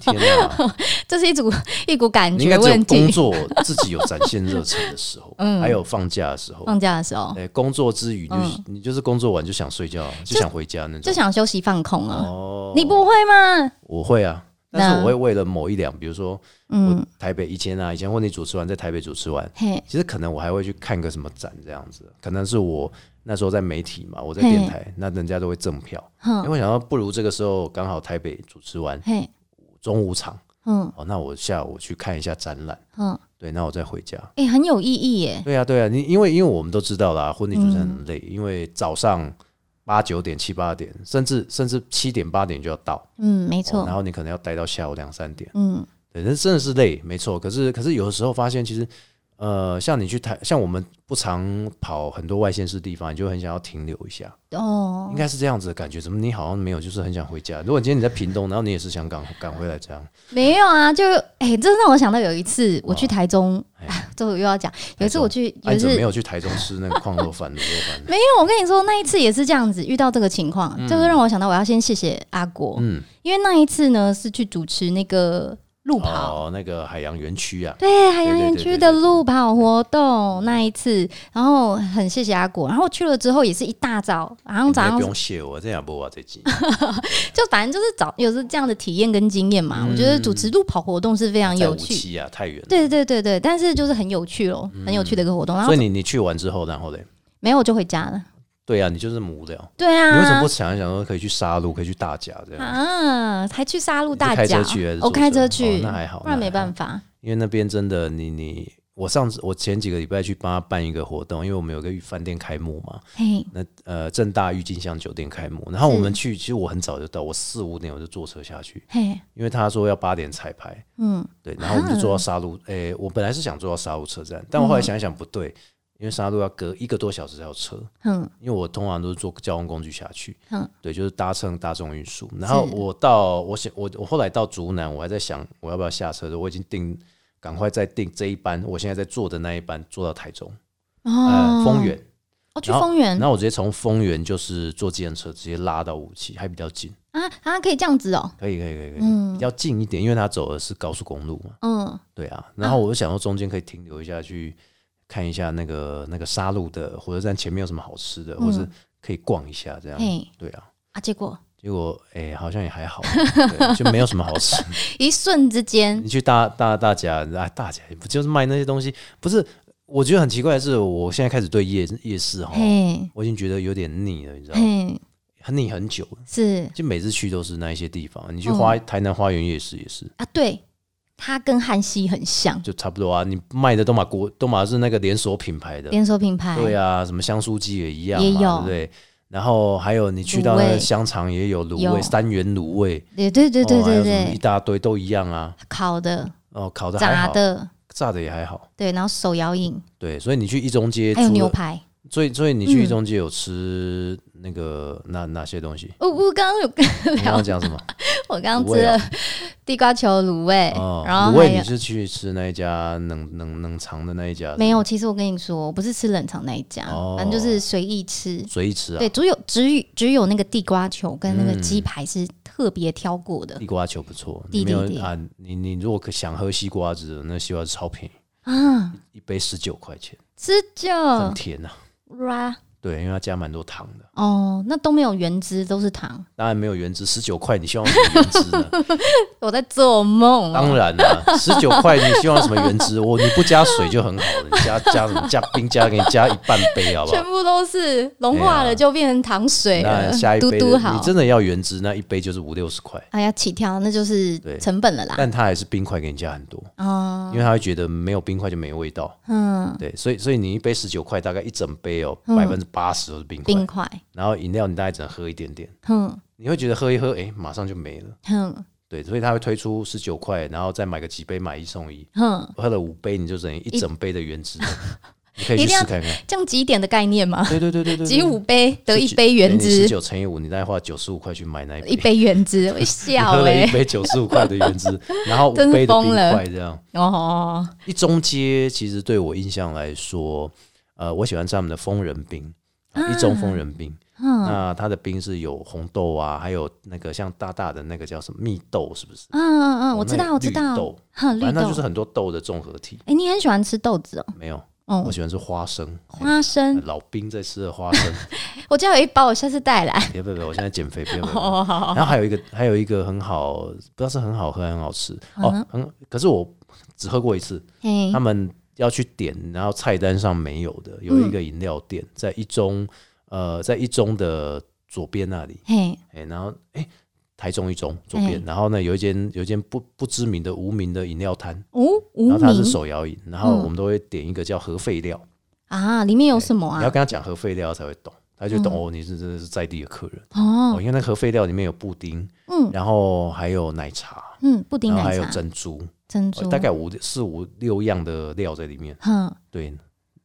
A: 天哪！
B: 这是一股 一股感
A: 你应该
B: 觉
A: 只有
B: 问
A: 工
B: 题。嗯
A: 作自己有展现热情的 时候，还有放假的时候。
B: 放假的时候
A: 哎，工作之余，就是你就是工作完就想睡觉，啊就想回家那
B: 嗯就
A: 种。
B: 想休息放空啊，
A: 哦
B: 你不会吗？
A: 我会啊，但是
B: 那
A: 我会为了某一两，比如说，嗯
B: 嗯，
A: 台北以前啊，以前婚礼主持完，在台北主持完，
B: 嘿，
A: 其实可能我还会去看个什么展这样子，可能是我那时候在媒体嘛，我在
B: 嘿嗯
A: 电台，那人家都会赠票，因为
B: 哼，
A: 我想到不如这个时候刚好台北主持完
B: 嘿，
A: 中午场，
B: 嗯
A: 哦，那我下午去看一下展览，
B: 嗯，
A: 对，那我再回家。
B: 哎、很有意义耶。
A: 对啊，对啊，你因为因为我们都知道啦，婚礼主持人
B: 嗯
A: 很累，因为早上八九点、七八点，甚至甚至七点八点就要到，
B: 嗯，没
A: 哦
B: 错，
A: 然后你可能要待到下午两三点。
B: 嗯，
A: 对，那真的是累，没错。可是可是有的时候发现，其实呃，像你去台，像我们不常跑很多外县市地方，你就很想要停留一下，
B: 哦
A: 应，该是这样子的感觉。怎么你好像没有，就是很想回家？如果今天你在屏东，然后你也是想赶赶回来这样，
B: 没有啊，就哎、这让我想到有一次我去台中，
A: 哎
B: 啊，这我又要讲，有一次我去，
A: 啊
B: 有一
A: 你怎
B: 次
A: 么没有去台中吃那个矿肉饭、卤肉饭？
B: 没有，我跟你说，那一次也是这样子，遇到这个情况，这就让我想到我要先谢谢阿国，
A: 嗯，
B: 因为那一次呢是去主持那个路跑。
A: 哦，那个海洋园区啊，
B: 对海洋园
A: 对对
B: 区
A: 对
B: 的路跑活动那一次，然后很谢谢阿果，然后去了之后也是一大早，然后
A: 你
B: 早
A: 哎也
B: 上
A: 不用谢我，这样不我这集
B: 就反正就是早有是这样的体验跟经验嘛。我觉得主持路跑活动是非常
A: 嗯在
B: 有
A: 无
B: 趣，
A: 期啊，太远了。
B: 对对对对，但是就是很有趣咯，很有趣的一个活动。然后
A: 所以你你去完之后，然后嘞，
B: 没有我就回家了。
A: 对啊，你就是很无聊，
B: 对啊，
A: 你为什么不想一想说可以去沙鹿，可以去大甲这样？
B: 啊，还去杀戮大
A: 你是
B: 甲
A: 开车去还是？
B: 我开车
A: 坐车
B: 去
A: 哦，那还好
B: 不然没办
A: 那
B: 法。
A: 因为那边真的，你你我上次我前几个礼拜去帮他办一个活动，因为我们有个饭店开幕嘛，
B: 嘿，
A: 那呃正大郁金香酒店开幕，然后我
B: 是
A: 们去，其实我很早就到，我四五点我就坐车下去，
B: 嘿，
A: 因为他说要八点彩排，
B: 嗯，
A: 对，然后我们就坐到沙鹿，诶、我本来是想坐到沙鹿车站，但我
B: 嗯
A: 后来想一想不对，因为沙鹿要隔一个多小时才有车，
B: 哼，
A: 因为我通常都是坐交通工具下去，
B: 嗯
A: 对，就是搭乘大众运输。然后我到我想我我后来到竹南，我还在想我要不要下车的时候，我已经订，赶快再订这一班，我现在在坐的那一班坐到台中，
B: 哦
A: 呃，，丰原，
B: 哦，去
A: 然后
B: 丰原
A: 然后我直接从丰原就是坐计程车直接拉到五期，还比较近，
B: 啊啊，可以这样子哦，
A: 可以可以可以可以，
B: 嗯
A: 比较近一点，因为它走的是高速公路嘛，
B: 嗯，
A: 对啊。然后我就想说中间可以停留一下去。看一下那个那个沙路的火车站前面有什么好吃的，或是可以逛一下这样。
B: 嗯嘿，
A: 对啊，
B: 啊，结果
A: 结果哎、好像也还好，对就没有什么好吃。
B: 一瞬之间
A: 你，去大大大家啊，大家不就是卖那些东西？不是，我觉得很奇怪的是，我现在开始对夜夜市哈，
B: 嘿，
A: 我已经觉得有点腻了，你知道吗？
B: 嘿，
A: 很腻很久了，
B: 是
A: 就每次去都是那一些地方。你去花、
B: 嗯
A: 台南花园夜市也是，
B: 啊，对，它跟汉西很像，
A: 就差不多啊。你卖的都嘛国都嘛是那个连锁品牌的，
B: 连锁品牌，
A: 对啊，什么香酥鸡也一样
B: 也
A: 嘛，对
B: 有
A: 不对？然后还有你去到那
B: 卤
A: 个
B: 味
A: 香肠也有卤
B: 有
A: 味，三元卤味，
B: 对对对对
A: 哦还有
B: 对
A: 什么一
B: 对，
A: 大堆都一样啊。
B: 烤的、
A: 哦，烤的还
B: 炸
A: 好，
B: 的，
A: 炸的也还好。
B: 对，然后手摇饮，
A: 对，所以你去一中街，
B: 还有
A: 除了
B: 牛排。
A: 所以所以你去一
B: 嗯
A: 中街有吃那个、哪哪些 东西？
B: 哦，我刚刚有
A: 你刚
B: 聊
A: 刚讲什么？
B: 我刚
A: 卤
B: 吃
A: 味啊
B: 了地瓜球卤味，
A: 哦，
B: 然后
A: 卤
B: 还
A: 味
B: 有
A: 你是去吃那一家冷冷冷藏的那一家？
B: 没有？其实我跟你说，我不是吃冷藏那一家，
A: 哦
B: 反正就是随意吃。
A: 随意吃啊嗯
B: 对，。只有只有只有那个地瓜球跟那个鸡排是特别挑过的、
A: 地瓜球不错，
B: 地
A: 你没有
B: 地地
A: 啊？你你如果可想喝西瓜汁，那西瓜汁超便宜，
B: 啊，
A: 一杯十九块钱，
B: 吃就
A: 嗯很甜呐、啊。
B: ra
A: 对，因为它加蛮多糖的，
B: 哦，那都没有原汁，都是糖，
A: 当然没有原汁，十九块你希望什么原汁呢？
B: 我在做梦啊、
A: 当然啦、1十九块你希望什么原汁？我你不加水就很好了，你加加什么加冰加给你加一半杯好不
B: 全
A: 好？
B: 部都是融化
A: 哎呀
B: 了就变成糖水了
A: 那，下一
B: 嘟
A: 杯的
B: 嘟好
A: 你，真的要原汁，那一杯就是五六十块，
B: 哎呀起跳，那就是
A: 对
B: 成本了啦。
A: 但它还是冰块给你加很多，
B: 啊哦，
A: 因为他会觉得没有冰块就没味道。
B: 嗯，
A: 对，所以所以你一杯十九块，大概一整杯哦，
B: 嗯
A: 百分之八十都是冰块，
B: 冰块，
A: 然后饮料你大概只能喝一点点，
B: 哼
A: 你会觉得喝一喝，哎、马上就没了。
B: 哼
A: 对，所以他会推出十九块，然后再买个几杯买一送一，
B: 哼，
A: 喝了五杯你就等于一整杯的原 汁了，你可以
B: 一
A: 去
B: 定要
A: 试看看。
B: 这样几点的概念吗？
A: 对对对对对，
B: 集五杯得一杯原
A: 十
B: 汁，
A: 九乘以五，你大概花九十五块去买那一杯，
B: 一杯原汁，我
A: 你
B: 笑
A: 喝了
B: 哎、
A: 一杯九十五块的原 汁，然后五
B: 真是
A: 杯的冰
B: 疯了
A: 块这样。
B: 哦，
A: 一中街其实对我印象来说，呃，我喜欢吃他们的疯人冰，啊一中疯人冰。
B: 嗯
A: 那它的冰是有红豆啊，还有那个像大大的那个叫什么蜜豆，是不是？
B: 嗯嗯嗯，我
A: 那
B: 知道，我知
A: 绿
B: 道
A: 豆，反
B: 哼，绿
A: 正它
B: 豆
A: 就是。很多豆的综合体。
B: 哎、你很喜欢吃豆子哦？
A: 没有，我
B: 哦，
A: 喜欢吃花生，
B: 花生，
A: 老兵在吃的花生。
B: 我家有一包，我下次带来。
A: 别别别，我现在减肥，别别别。
B: 哦，好好
A: 然后还有一个，还有一个很好，不知道是很好喝还是很好吃
B: 嗯
A: 哦，很可是我只喝过一次，
B: 嘿
A: 他，们要去点，然后菜单上没有的，有一个饮料店、在一中，呃，在一中的左边那里，
B: 嘿，
A: 哎、然后哎、台中一中左边，然后呢有一间有一间不不知名的无名的饮料摊，
B: 哦，
A: 然
B: 无
A: 后它
B: 名嗯
A: 是手摇饮，然后我们都会点一个叫核废料，
B: 啊，里面有什么
A: 你要
B: 啊？
A: 跟他讲核废料他才会懂，他就懂、
B: 嗯
A: 哦，你是真的是在地的客人哦，
B: 哦，
A: 因为那核废料里面有布丁，
B: 嗯
A: 然后还有奶茶。
B: 嗯，布丁
A: 然后还
B: 奶
A: 有
B: 茶、
A: 珍珠，
B: 珍
A: 呃
B: 珠，
A: 大概五四五六样的料在里面。
B: 哼，
A: 对，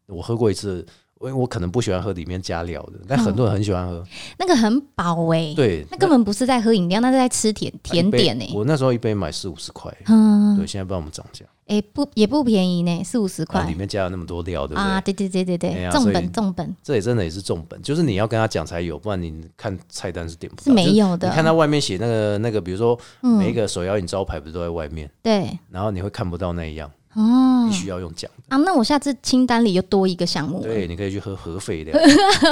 A: 我喝过一次，我我可能不喜欢喝里面加料的，但很多人很喜欢喝。
B: 那个很饱哎、
A: 对，
B: 嗯那根本不是在喝饮料，那是在吃甜
A: 那一
B: 甜
A: 杯
B: 点哎、
A: 我那时候一杯买四五十块，
B: 嗯，
A: 对，现在帮我们涨价。
B: 哎、哎、不也不便宜呢，四五十
A: 啊
B: 块
A: 里面加了那么多料，对不对？
B: 啊，对对对对
A: 哎
B: 对，
A: 呀
B: 重
A: 所以
B: 本重本，
A: 这也真的也是重本，就是你要跟他讲才有，不然你看菜单是点不到。
B: 是没有
A: 就是
B: 的
A: 你看他外面写那个那个，比如说
B: 嗯
A: 每一个手摇饮招牌不是都在外面，
B: 对
A: 然后你会看不到那一样，
B: 哦
A: 必须要用讲嗯的。
B: 啊，那我下次清单里又多一个项目了，
A: 对，你可以去喝合肥 料。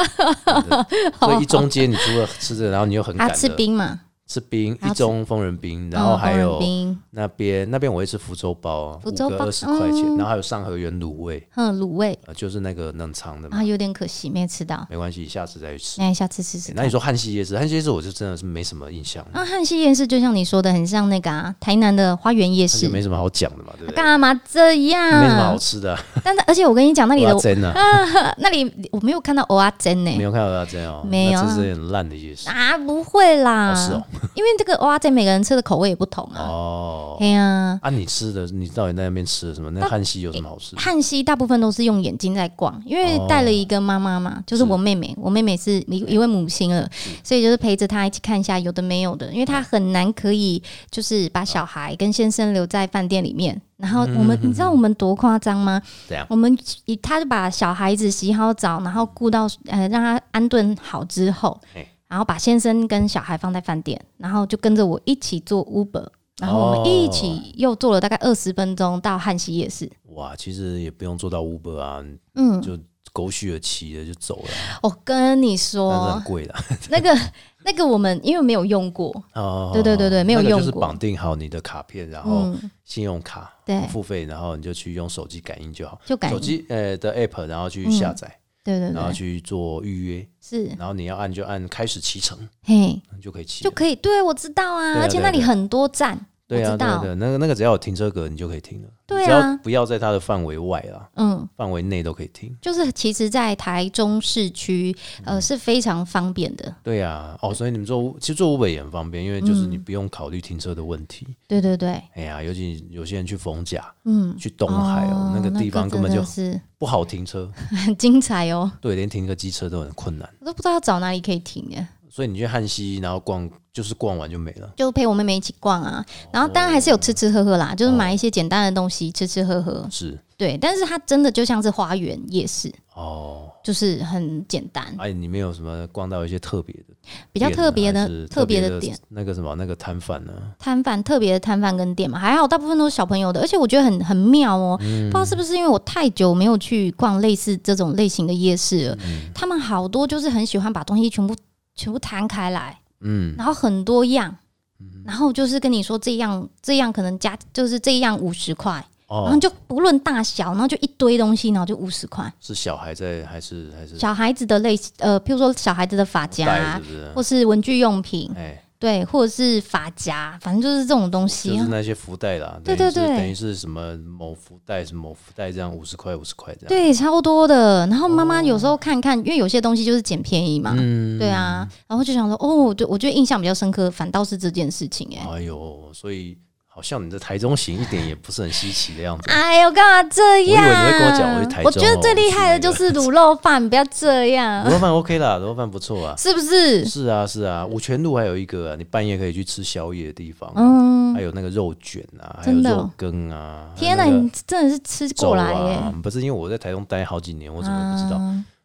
A: 真的所以一中街你除了吃这，然后你又很赶
B: 啊，
A: 的
B: 吃冰嘛，
A: 吃冰，
B: 啊
A: 一中疯人冰，然后
B: 嗯
A: 还有
B: 红人冰，
A: 那边那边我会吃福州包啊，
B: 福州包
A: 二十块钱，
B: 嗯
A: 然后还有上河园卤味，
B: 嗯，卤味
A: 呃，就是那个冷藏的嘛，
B: 啊，有点可惜没吃到，
A: 没关系，下次再去吃。
B: 那下次吃吃
A: 欸
B: 看。
A: 那你说汉西夜市，汉西夜市我就真的是没什么印象了。
B: 啊，汉西夜市就像你说的，很像那个啊，台南的花园夜
A: 那
B: 市
A: 就，没什么好讲的嘛，对不对？
B: 干嘛这
A: 没什么好
B: 样？
A: 吃的啊，
B: 但是而且我跟你嗯讲，那里的
A: 蚵仔煎啊，
B: 啊，那里我没有看到蚵仔煎
A: 没
B: 呢。
A: 有看到蚵仔煎哦，
B: 没有啊
A: 那这是很烂的夜市
B: 啊，不会啦，
A: 哦是哦
B: 因为这个蚵仔煎每个人吃的口味也不同啊。
A: 哦。
B: 哎呀，
A: 啊，你吃的，你到底在那边吃的什么？那汉西有什么好吃的？
B: 汉西大部分都是用眼睛在逛，因为带了一个妈妈
A: 哦
B: 嘛，就是我妹妹，我妹妹是一一位母亲了，所以就是陪着她一起看一下有的没有的，因为她很难可以就是把小孩跟先生留在饭店里面。然后我们，你知道我们多夸张吗？
A: 嗯怎样？
B: 我们以他就把小孩子洗好澡，然后顾到呃让他安顿好之后
A: 嘿，
B: 然后把先生跟小孩放在饭店，然后就跟着我一起做 Uber，然后我
A: 哦
B: 们一起又坐了大概二十分钟到汉西夜市。
A: 哇，其实也不用做到 Uber 啊，
B: 嗯，
A: 就狗血了骑了就走了，
B: 我哦跟你
A: 但是
B: 说
A: 很，贵的。
B: 那个那个我们因为没有用过，
A: 哦，
B: 对对对对没有
A: 那个
B: 用
A: 就是
B: 过
A: 绑定好你的卡片，然后
B: 嗯，
A: 信用卡
B: 对
A: 付费，然后你就去用手机感应就好。
B: 就感
A: 手
B: 应，
A: 机呃的 app，然后去下载，
B: 对对
A: 然后
B: 对，
A: 去做预约，
B: 是，
A: 然后你要按就按开始骑乘，
B: 嘿，
A: 你就可以骑
B: 就
A: 了。
B: 可以，对我知道啊，
A: 对啊
B: 而且那里
A: 对啊
B: 很多站，
A: 对
B: 我
A: 啊，对
B: 知道
A: 对，那个那个只要有停车格，你就可以停了。
B: 对啊
A: 只要不要在它的范围外啦，
B: 嗯。
A: 范围内都可以停。
B: 就是其实，在台中市区，
A: 嗯
B: 呃，是非常方便的。
A: 对啊，哦，所以你们做其实做五北也很方便，因为
B: 嗯
A: 就是你不用考虑停车的问题。
B: 对对对，
A: 哎呀，尤其有些人去逢甲、
B: 嗯，
A: 去东海哦，那个地方根本就
B: 真的是
A: 不好停车，
B: 很精彩哦，
A: 对，连停个机车都很困难。
B: 我都不知道找哪里可以停耶。
A: 所以你去汉西，然后逛就是逛完就没了。
B: 就陪我妹妹一起逛啊，然后当然还是有吃吃喝喝啦，就是
A: 哦
B: 买一些简单的东西吃吃喝喝。
A: 是
B: 对，但是它真的就像是花园夜市，
A: 哦，
B: 就是很简单，
A: 哎，你们有什么逛到一些特别的店呢？啊
B: 比较特别
A: 还是
B: 的
A: 特
B: 别
A: 的
B: 的点。
A: 那个什么那个摊贩啊呢？
B: 摊贩特别的摊贩跟店嘛，还好大部分都是小朋友的，而且我觉得很很妙哦、
A: 嗯
B: 不知道是不是因为我太久没有去逛类似这种类型的夜市了，
A: 嗯
B: 他们好多就是很喜欢把东西全部全部摊开来，
A: 嗯，
B: 然后很多样，然后就是跟你说这样这样可能加就是这样五十块，然后
A: 哦，
B: 就不论大小，然后就一堆东西，然后就五十块。
A: 是小孩在还是还是
B: 小孩子的类型呃，譬如说小孩子的发夹
A: 带
B: 啊
A: 是，不是？
B: 或是文具用品，
A: 哎，
B: 对，或者是发夹，反正就是这种东西。
A: 就是那些福袋啦，
B: 啊对
A: 等于是
B: 对对
A: 等于是什么某福袋什么某福袋这样五十块五十块这样，
B: 对，超多的。然后妈妈有时候看看，因为有些东西就是捡便宜嘛，
A: 哦嗯
B: 对，啊。然后就想说，哦，对，我觉得印象比较深刻，反倒是这件事情、哎、
A: 哎呦，所以好像你在台中行一点也不是很稀奇的样 子，
B: 哎呦，干嘛这样？
A: 我以为你会跟我讲我去台中哦
B: 觉得最厉害的就是卤肉饭，不要这样
A: 卤，肉饭 OK 啦，卤肉饭不错啊，
B: 是不是？
A: 是啊是啊，五泉路还有一个啊，你半夜可以去吃宵夜的地方，
B: 嗯
A: 还，有那个肉卷啊，还有
B: 真的哦
A: 肉羹啊，
B: 天哪，
A: 还有那
B: 你
A: 个
B: 真的是吃
A: 粥
B: 过来耶、嗯
A: 啊，不是因为我在台中待好几年，我
B: 我
A: 怎么不知道？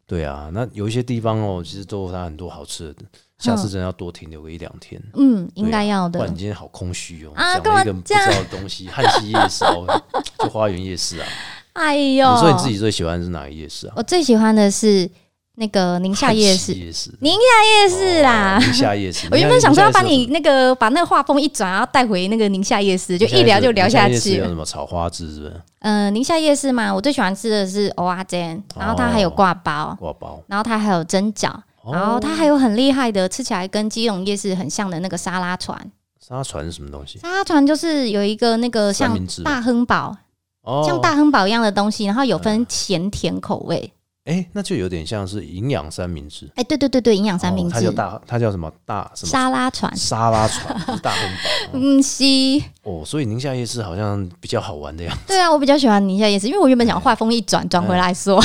A: 对啊，那有一些地方哦，其实都有它很多好吃的，下次真的要多停留个一两天，
B: 嗯，应该要
A: 不
B: 的。
A: 然啊你今天好空虚哦，
B: 啊
A: 讲
B: 干
A: 了
B: 嘛
A: 一个不知道的东西，汉西夜市哦， 就花园夜市啊。
B: 哎呦，
A: 你说你自己最喜欢的是哪个夜市啊？
B: 我最喜欢的是那个宁夏夜市
A: 汉，西夜市，
B: 宁夏夜市啦。
A: 哦宁夏夜市。
B: 我原本想说要把
A: 宁
B: 你那个把那个画风一转，然后带回那个宁夏夜市，就
A: 夏夜市
B: 一聊就聊下
A: 宁夏夜市啊
B: 去
A: 有。什么炒花枝是不是？
B: 嗯、宁夏夜市嘛，我最喜欢吃的是蚵仔煎，然后它还有
A: 哦
B: 挂包，
A: 挂包，
B: 然后它还有蒸饺，
A: 哦
B: 然后它还有很厉害的，吃起来跟基隆夜市很像的那个沙拉船。
A: 沙船是什么东西？
B: 沙拉船就是有一个那个
A: 三
B: 像
A: 明治啊
B: 大亨堡、
A: 哦，嗯
B: 像大亨堡一样的东西，然后有分咸甜口味。
A: 哎，那就有点像是营养三明治。
B: 哎、对对对对，营养三明
A: 哦它
B: 治、
A: 叫大，它叫什么大什么
B: 沙拉船，
A: 沙拉 船，不是大亨堡
B: 嗯西。
A: 哦。所以宁夏夜市好像比较好玩的样子。
B: 对啊，我比较喜欢宁夏夜市，因为我原本想画风一转转
A: 嗯
B: 回来说，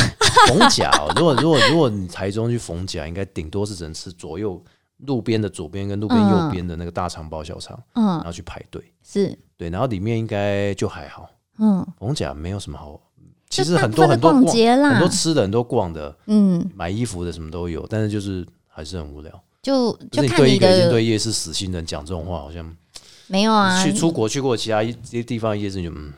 A: 逢甲 哦、如果如果如果你台中去逢甲，应该顶多是只能吃左右路边的左边跟路边右边的那个大肠包小肠，
B: 嗯
A: 然，后去排队。
B: 是，
A: 对，然后里面应该就还好，
B: 嗯
A: 逢甲没有什么好，其
B: 就
A: 实
B: 大
A: 很
B: 部
A: 多
B: 分
A: 很
B: 都
A: 多
B: 逛街啦
A: 很多吃的，很多逛的，
B: 嗯，
A: 买衣服的什么都有，但是就是还是很无聊。
B: 就
A: 就
B: 就
A: 你
B: 是看
A: 对一
B: 你
A: 个已经
B: 的
A: 对夜市死心的人讲这种话，好像
B: 没有啊，
A: 去出国去过其他一些地方的夜市，你就嗯，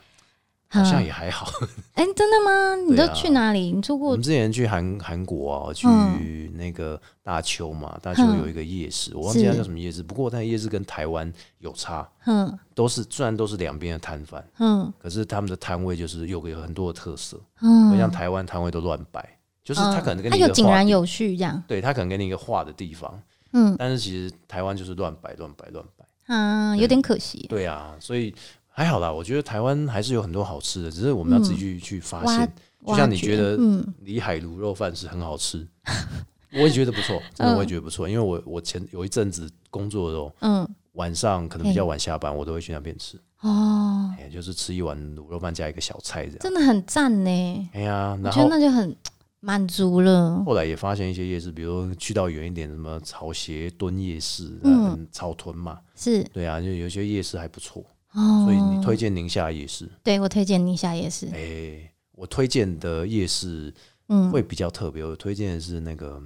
A: 好像也还好。
B: 哎、真的吗？你
A: 对
B: 都
A: 啊
B: 去哪里？你出
A: 我
B: 过
A: 们之前去韩韩国啊，去
B: 嗯
A: 那个大邱嘛，大邱
B: 嗯
A: 有一个夜市，我忘记它
B: 是
A: 叫什么夜市，不过那夜市跟台湾有差，
B: 哼
A: 都是虽然都是两边的摊贩，
B: 哼
A: 可是他们的摊位就是有个有很多的特色，不像
B: 哼，
A: 台湾摊位都乱摆，就是
B: 嗯
A: 他可能跟
B: 它
A: 你一个
B: 有井
A: 画
B: 然
A: 地
B: 有序这样，
A: 对他可能给你一个画的地方，
B: 嗯
A: 但是其实台湾就是乱摆乱摆乱摆。
B: 啊，有点可惜，
A: 对啊，所以还好啦，我觉得台湾还是有很多好吃的，只是我们要自己去、去发
B: 嗯挖
A: 现。就像你
B: 挖掘
A: 觉得
B: 嗯
A: 里海卤肉饭是很好吃，我也觉得不错，真的我也觉得不错，因为我我前有一阵子工作的时候，
B: 嗯
A: 晚上可能比较晚下班，我都会去那边吃，
B: 哦，
A: 哎、就是吃一碗卤肉饭加一个小菜这样。
B: 真的很赞呢，
A: 哎呀，
B: 我
A: 然
B: 觉得
A: 后
B: 那就很满足了，
A: 后来也发现一些夜市，比如说去到远一点，什么草鞋墩夜市，
B: 嗯
A: 嗯，草屯嘛，
B: 是
A: 对啊，就有一些夜市还不错，
B: 哦，
A: 所以你推荐宁夏夜市，
B: 对我推荐你下也是
A: 哎、，我推荐的夜市
B: 嗯。
A: 会比较特别，我推荐的是那个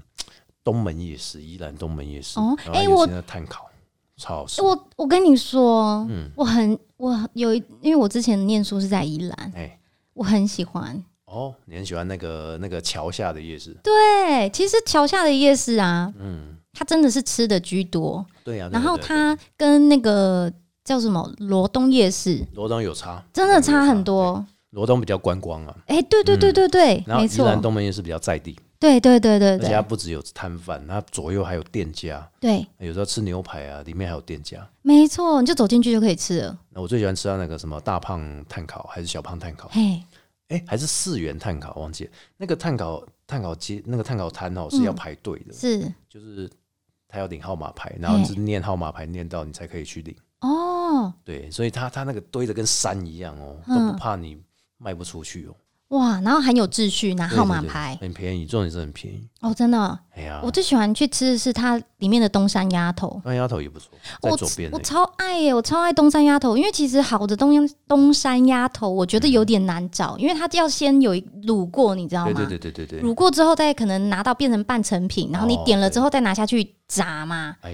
A: 东门夜市，宜兰东门夜市。
B: 哦
A: 然后
B: 哎
A: 有
B: 我
A: 些那炭烤，超好吃。
B: 我我跟你说，
A: 嗯
B: 我很我有一，因为我之前念书是在宜兰，
A: 哎、
B: 我很喜欢。
A: 哦，你很喜欢那个那个桥下的夜市？
B: 对，其实桥下的夜市啊，
A: 嗯，
B: 它真的是吃的居多，
A: 对呀、啊。
B: 然后
A: 对啊
B: 它跟那个叫什么罗东夜市
A: 对啊罗东有差，
B: 真的差很。多。
A: 罗东比较观光啊，
B: 哎、对对对对对，
A: 然后
B: 没
A: 宜
B: 错，
A: 兰东门夜市比较在地，
B: 对对对对
A: 而且它
B: 对
A: 不只有摊贩，它左右还有店家，
B: 对，
A: 有时候吃牛排啊，里面还有店家。
B: 没错，你就走进去就可以吃了。
A: 那我最喜欢吃到那个什么大胖炭烤还是小胖炭烤？
B: 嘿，
A: 哎、还是四元炭烤，忘记了那个炭烤炭烤街那个炭烤摊哦是要排队的，
B: 是
A: 就是他要领号码牌，然后是念号码牌念到你才可以去领。
B: 哦，
A: 对，所以他他那个堆的跟山一样哦，都
B: 嗯
A: 不怕你卖不出去哦。
B: 哇，然后很有秩序，拿
A: 对
B: 啊号码
A: 对对
B: 牌
A: 很便宜，重点是很便宜。
B: 哦，真的，
A: 哎呀，
B: 我最喜欢去吃的是它里面的东山鸭头。
A: 那丫头也不错，在
B: 我
A: 左边欸那
B: 我
A: 个
B: 超爱耶、我超爱东山鸭头，因为其实好的东东山鸭头，我觉得有点难找，因为它要先有一卤过，你知道吗？
A: 嗯对对对对对对。
B: 卤过之后，再可能拿到变成半成品，然后你
A: 哦
B: 点了之后再拿下去炸嘛。
A: 哎，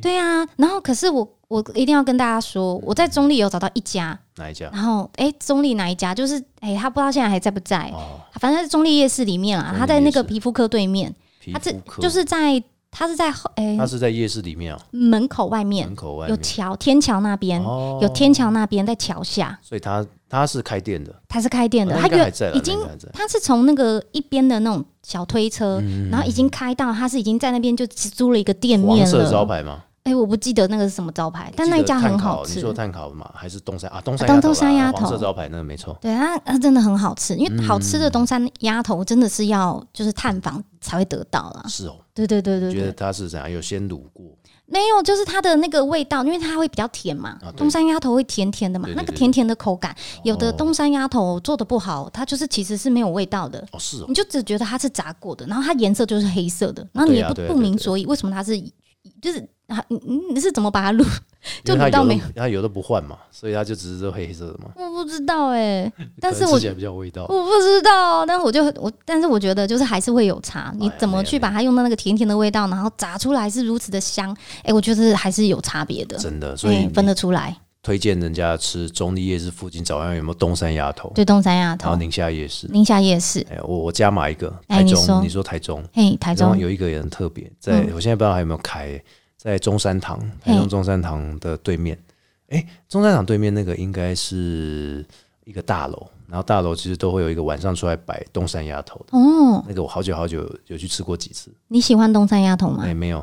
B: 对啊，然后可是我我一定要跟大家说，我在中立有找到一家，
A: 哪一家？
B: 然后哎、诶中立哪一家？就是哎、诶他不知道现在还在不在，
A: 哦，
B: 反正在中立夜市里面啊
A: 中，立
B: 他在那
A: 夜
B: 个
A: 市
B: 皮肤科对面，
A: 皮
B: 啊他这
A: 肤科
B: 就是在他是在后哎、
A: 他是在夜市里面啊，
B: 门口外面
A: 门口外
B: 有
A: 面
B: 桥天桥那边。
A: 哦
B: 有天，桥那边，在桥下，
A: 所以他他是开店的，
B: 它是开店的，
A: 啊那
B: 它
A: 应该还
B: 原
A: 在啦
B: 已
A: 那
B: 经
A: 应该还在
B: 它是从那个一边的那种小推车，
A: 嗯
B: 然后已经开到，它是已经在那边就租了一个店
A: 黄
B: 面
A: 色招
B: 了。
A: 牌吗？
B: 哎、我不记得那个是什么招牌，但
A: 记
B: 那一
A: 得
B: 家
A: 炭
B: 很
A: 烤
B: 好
A: 你
B: 吃
A: 说。炭烤嘛，还是东山啊？东山
B: 啊
A: 鸭
B: 东
A: 头
B: 山
A: 啦
B: 鸭
A: 黄色
B: 头
A: 招牌那个没错。
B: 对它，它真的很好吃，因
A: 嗯
B: 为好吃的东山鸭头真的是要就是探访才会得到啦。
A: 是哦，
B: 对对啊对对
A: 觉得
B: 对，
A: 它是怎样？有先卤过，
B: 没有，就是它的那个味道，因为它会比较甜嘛，
A: 啊对
B: 东山鸭头会甜甜的嘛，
A: 对对
B: 那个
A: 对
B: 甜甜的口感，有的
A: 哦
B: 东山鸭头做的不好，它就是其实是没有味道的。
A: 哦，是哦
B: 你，就只觉得它是炸过的，然后它颜色就是黑色的，然后你也
A: 对啊
B: 不
A: 对啊
B: 不
A: 对
B: 明
A: 对
B: 所以，为什么它是就是啊你你你是怎么把它卤？就
A: 因为它
B: 卤到
A: 油
B: 没
A: 都
B: 有？
A: 它油都不换嘛，所以它就只是这黑色的嘛。
B: 我不知道哎、但
A: 可
B: 是
A: 能
B: 我
A: 吃起来比较有味道。
B: 我不知道，但是我就我但是我觉得就是还是会有差，你
A: 哎呀
B: 怎么
A: 对啊
B: 去
A: 对
B: 把它用到那个甜甜的味道，然后炸出来是如此的香？哎、我觉得还是有差别的，
A: 真的，所
B: 哎、
A: 以
B: 分
A: 你
B: 得出来。
A: 推荐人家吃中立夜市附近早上有没有东山鸭头，
B: 对，东山鸭
A: 然后
B: 头、
A: 宁夏夜市。
B: 宁夏夜市，
A: 哎，我我加码一个
B: 哎
A: 台
B: 你
A: 中，
B: 说
A: 你说台中，
B: 嘿，台
A: 然后
B: 中，
A: 有一个也很特别，在
B: 嗯
A: 我现在不知道还有没有开，在中山堂，台中
B: 嘿
A: 中山堂的对面。哎，中山堂对面那个应该是一个大楼，然后大楼其实都会有一个晚上出来摆东山鸭头的。
B: 哦，
A: 那个我好久好久有有去吃过几次，
B: 你喜欢东山鸭头吗
A: 哎、？没有，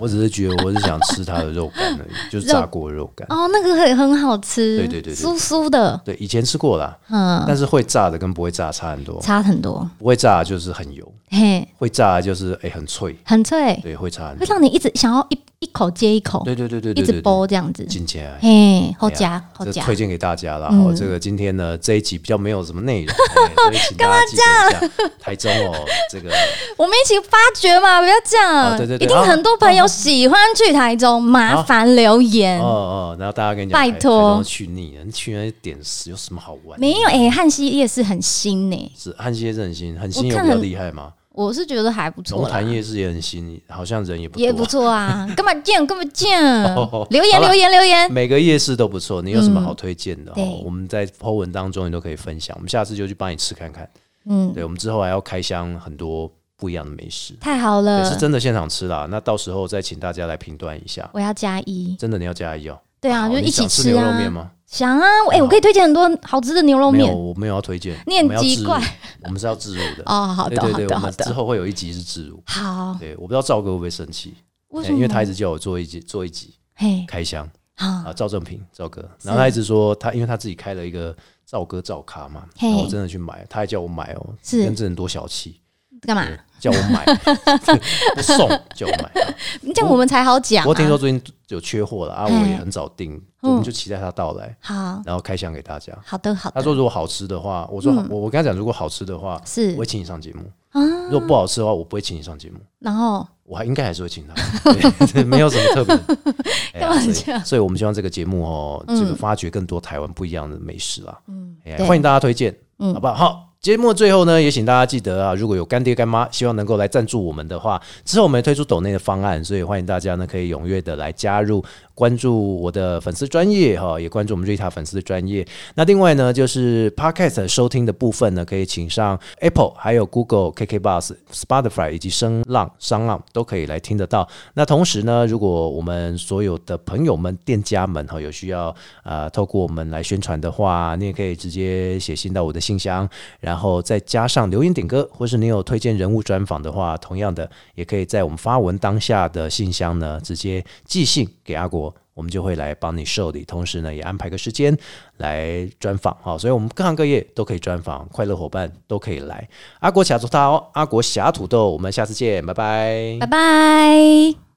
A: 我只是觉得我是想吃它的肉干而 已，就是
B: 肉
A: 炸过的肉干。
B: 哦，那个也很好吃，
A: 对对对对
B: 酥酥的，
A: 对，以前吃过啦，
B: 嗯，
A: 但是会炸的跟不会炸差很多。
B: 差很多，
A: 不会炸就是很油，
B: 嘿，
A: 会炸就是哎、很脆，
B: 很脆，
A: 对，会炸很
B: 会
A: 多。
B: 让你一直想要一一口接一口，
A: 对对对对
B: 一
A: 对
B: 直
A: 对，
B: 剥这样子，
A: 进起来。
B: 嘿，好
A: 哎呀
B: 夹好
A: 这
B: 夹
A: 推，荐给大家啦。
B: 嗯
A: 好，这个今天呢这一集比较没有什么内 容，哎所以请大家记得一下台中哦，这 个
B: 我们一起发掘嘛，不要这样，
A: 哦对对对
B: 一定
A: 啊
B: 很多朋友喜欢去台中，麻烦留言。
A: 哦哦，然后大家跟你讲，
B: 嗯拜
A: 哎台
B: 托
A: 中去腻了，你去那些点有什么好玩？
B: 没有哎、汉西夜市很新呢、
A: 是汉西夜市很新，很新
B: 我
A: 有
B: 看
A: 比较
B: 很
A: 厉害吗？
B: 我是觉得还不错
A: 龙
B: 啦，
A: 潭夜市也很新，好像人也不多
B: 也不错啊。干嘛见？干嘛见
A: 哦？
B: 留言
A: 好啦
B: 留言留言，
A: 每个夜市都不错，你有什么好推荐的、哦
B: 嗯对
A: 我们在 Po 文当中也都可以分享，我们下次就去帮你吃看看。
B: 嗯，
A: 对，我们之后还要开箱很多不一样的美食，
B: 太好
A: 也
B: 了
A: 是，真的现场吃啦。那到时候再请大家来评断一下，
B: 我要加一。
A: 真的你要加一哦。
B: 对啊，
A: 好
B: 就
A: 你
B: 一起
A: 想吃
B: 吃
A: 牛肉面
B: 啊。
A: 吗？
B: 想啊，哎、我可以推荐很多好吃的牛肉
A: 没有，
B: 面
A: 我没有要推荐，
B: 你很
A: 我们要
B: 奇
A: 自入
B: 怪，
A: 我们是要自入的。
B: 哦。好
A: 对
B: 的，好
A: 对对，
B: 的，
A: 我
B: 好
A: 们之
B: 的。
A: 后会有一集是自入。
B: 好，
A: 对，我不知道赵哥会不会生气，
B: 为
A: 哎
B: 什么？
A: 因为他一直叫我做一集做一集
B: 嘿，
A: 开箱
B: 好，
A: 啊，赵正平赵哥，
B: 是
A: 然后他一直说他因为他自己开了一个赵哥赵咖嘛，
B: 嘿
A: 然后我真的去买，他还叫我买哦，
B: 是
A: 跟这人多小气，
B: 干嘛
A: 对？叫我买不送叫我买。
B: 这样我们才好讲、啊。
A: 不过听说最近有缺货了啊，
B: 嘿哦
A: 我也很早订，我们就期待它到来，
B: 好
A: 然后开箱给大家。
B: 好的好
A: 他
B: 的，
A: 说如果好吃的话，我说好我我跟他讲，如果好吃的话，
B: 是
A: 我会请你上节目；如果不好吃的话，我不会请你上节目。
B: 然后
A: 我还应该还是会请他，对 没有什么特别。 哎呀
B: 干嘛
A: 所以
B: 这样
A: 所以我们希望这个节目哦，这个发掘更多台湾不一样的美食啦。嗯，
B: 对嗯
A: 欢迎大家推荐，好不好？好。节目最后呢，也请大家记得啊，如果有干爹干妈希望能够来赞助我们的话，之后我们也推出抖内的方案，所以欢迎大家呢可以踊跃的来加入，关注我的粉丝专业哈，也关注我们瑞塔粉丝的专业。那另外呢，就是 Podcast 收听的部分呢，可以请上 Apple、还有 Google、KK Bus、Spotify 以及声浪、商浪都可以来听得到。那同时呢，如果我们所有的朋友们、店家们哈、有需要呃透过我们来宣传的话，你也可以直接写信到我的信箱，然后再加上留言点歌，或是你有推荐人物专访的话，同样的也可以在我们发文当下的信箱呢直接寄信给阿国。我们就会来帮你受理，同时呢也安排个时间来专访哈、所以我们各行各业都可以专访，快乐伙伴都可以嗯来。阿国侠土豆，阿国侠土豆，我们下次见，拜拜
B: 拜拜。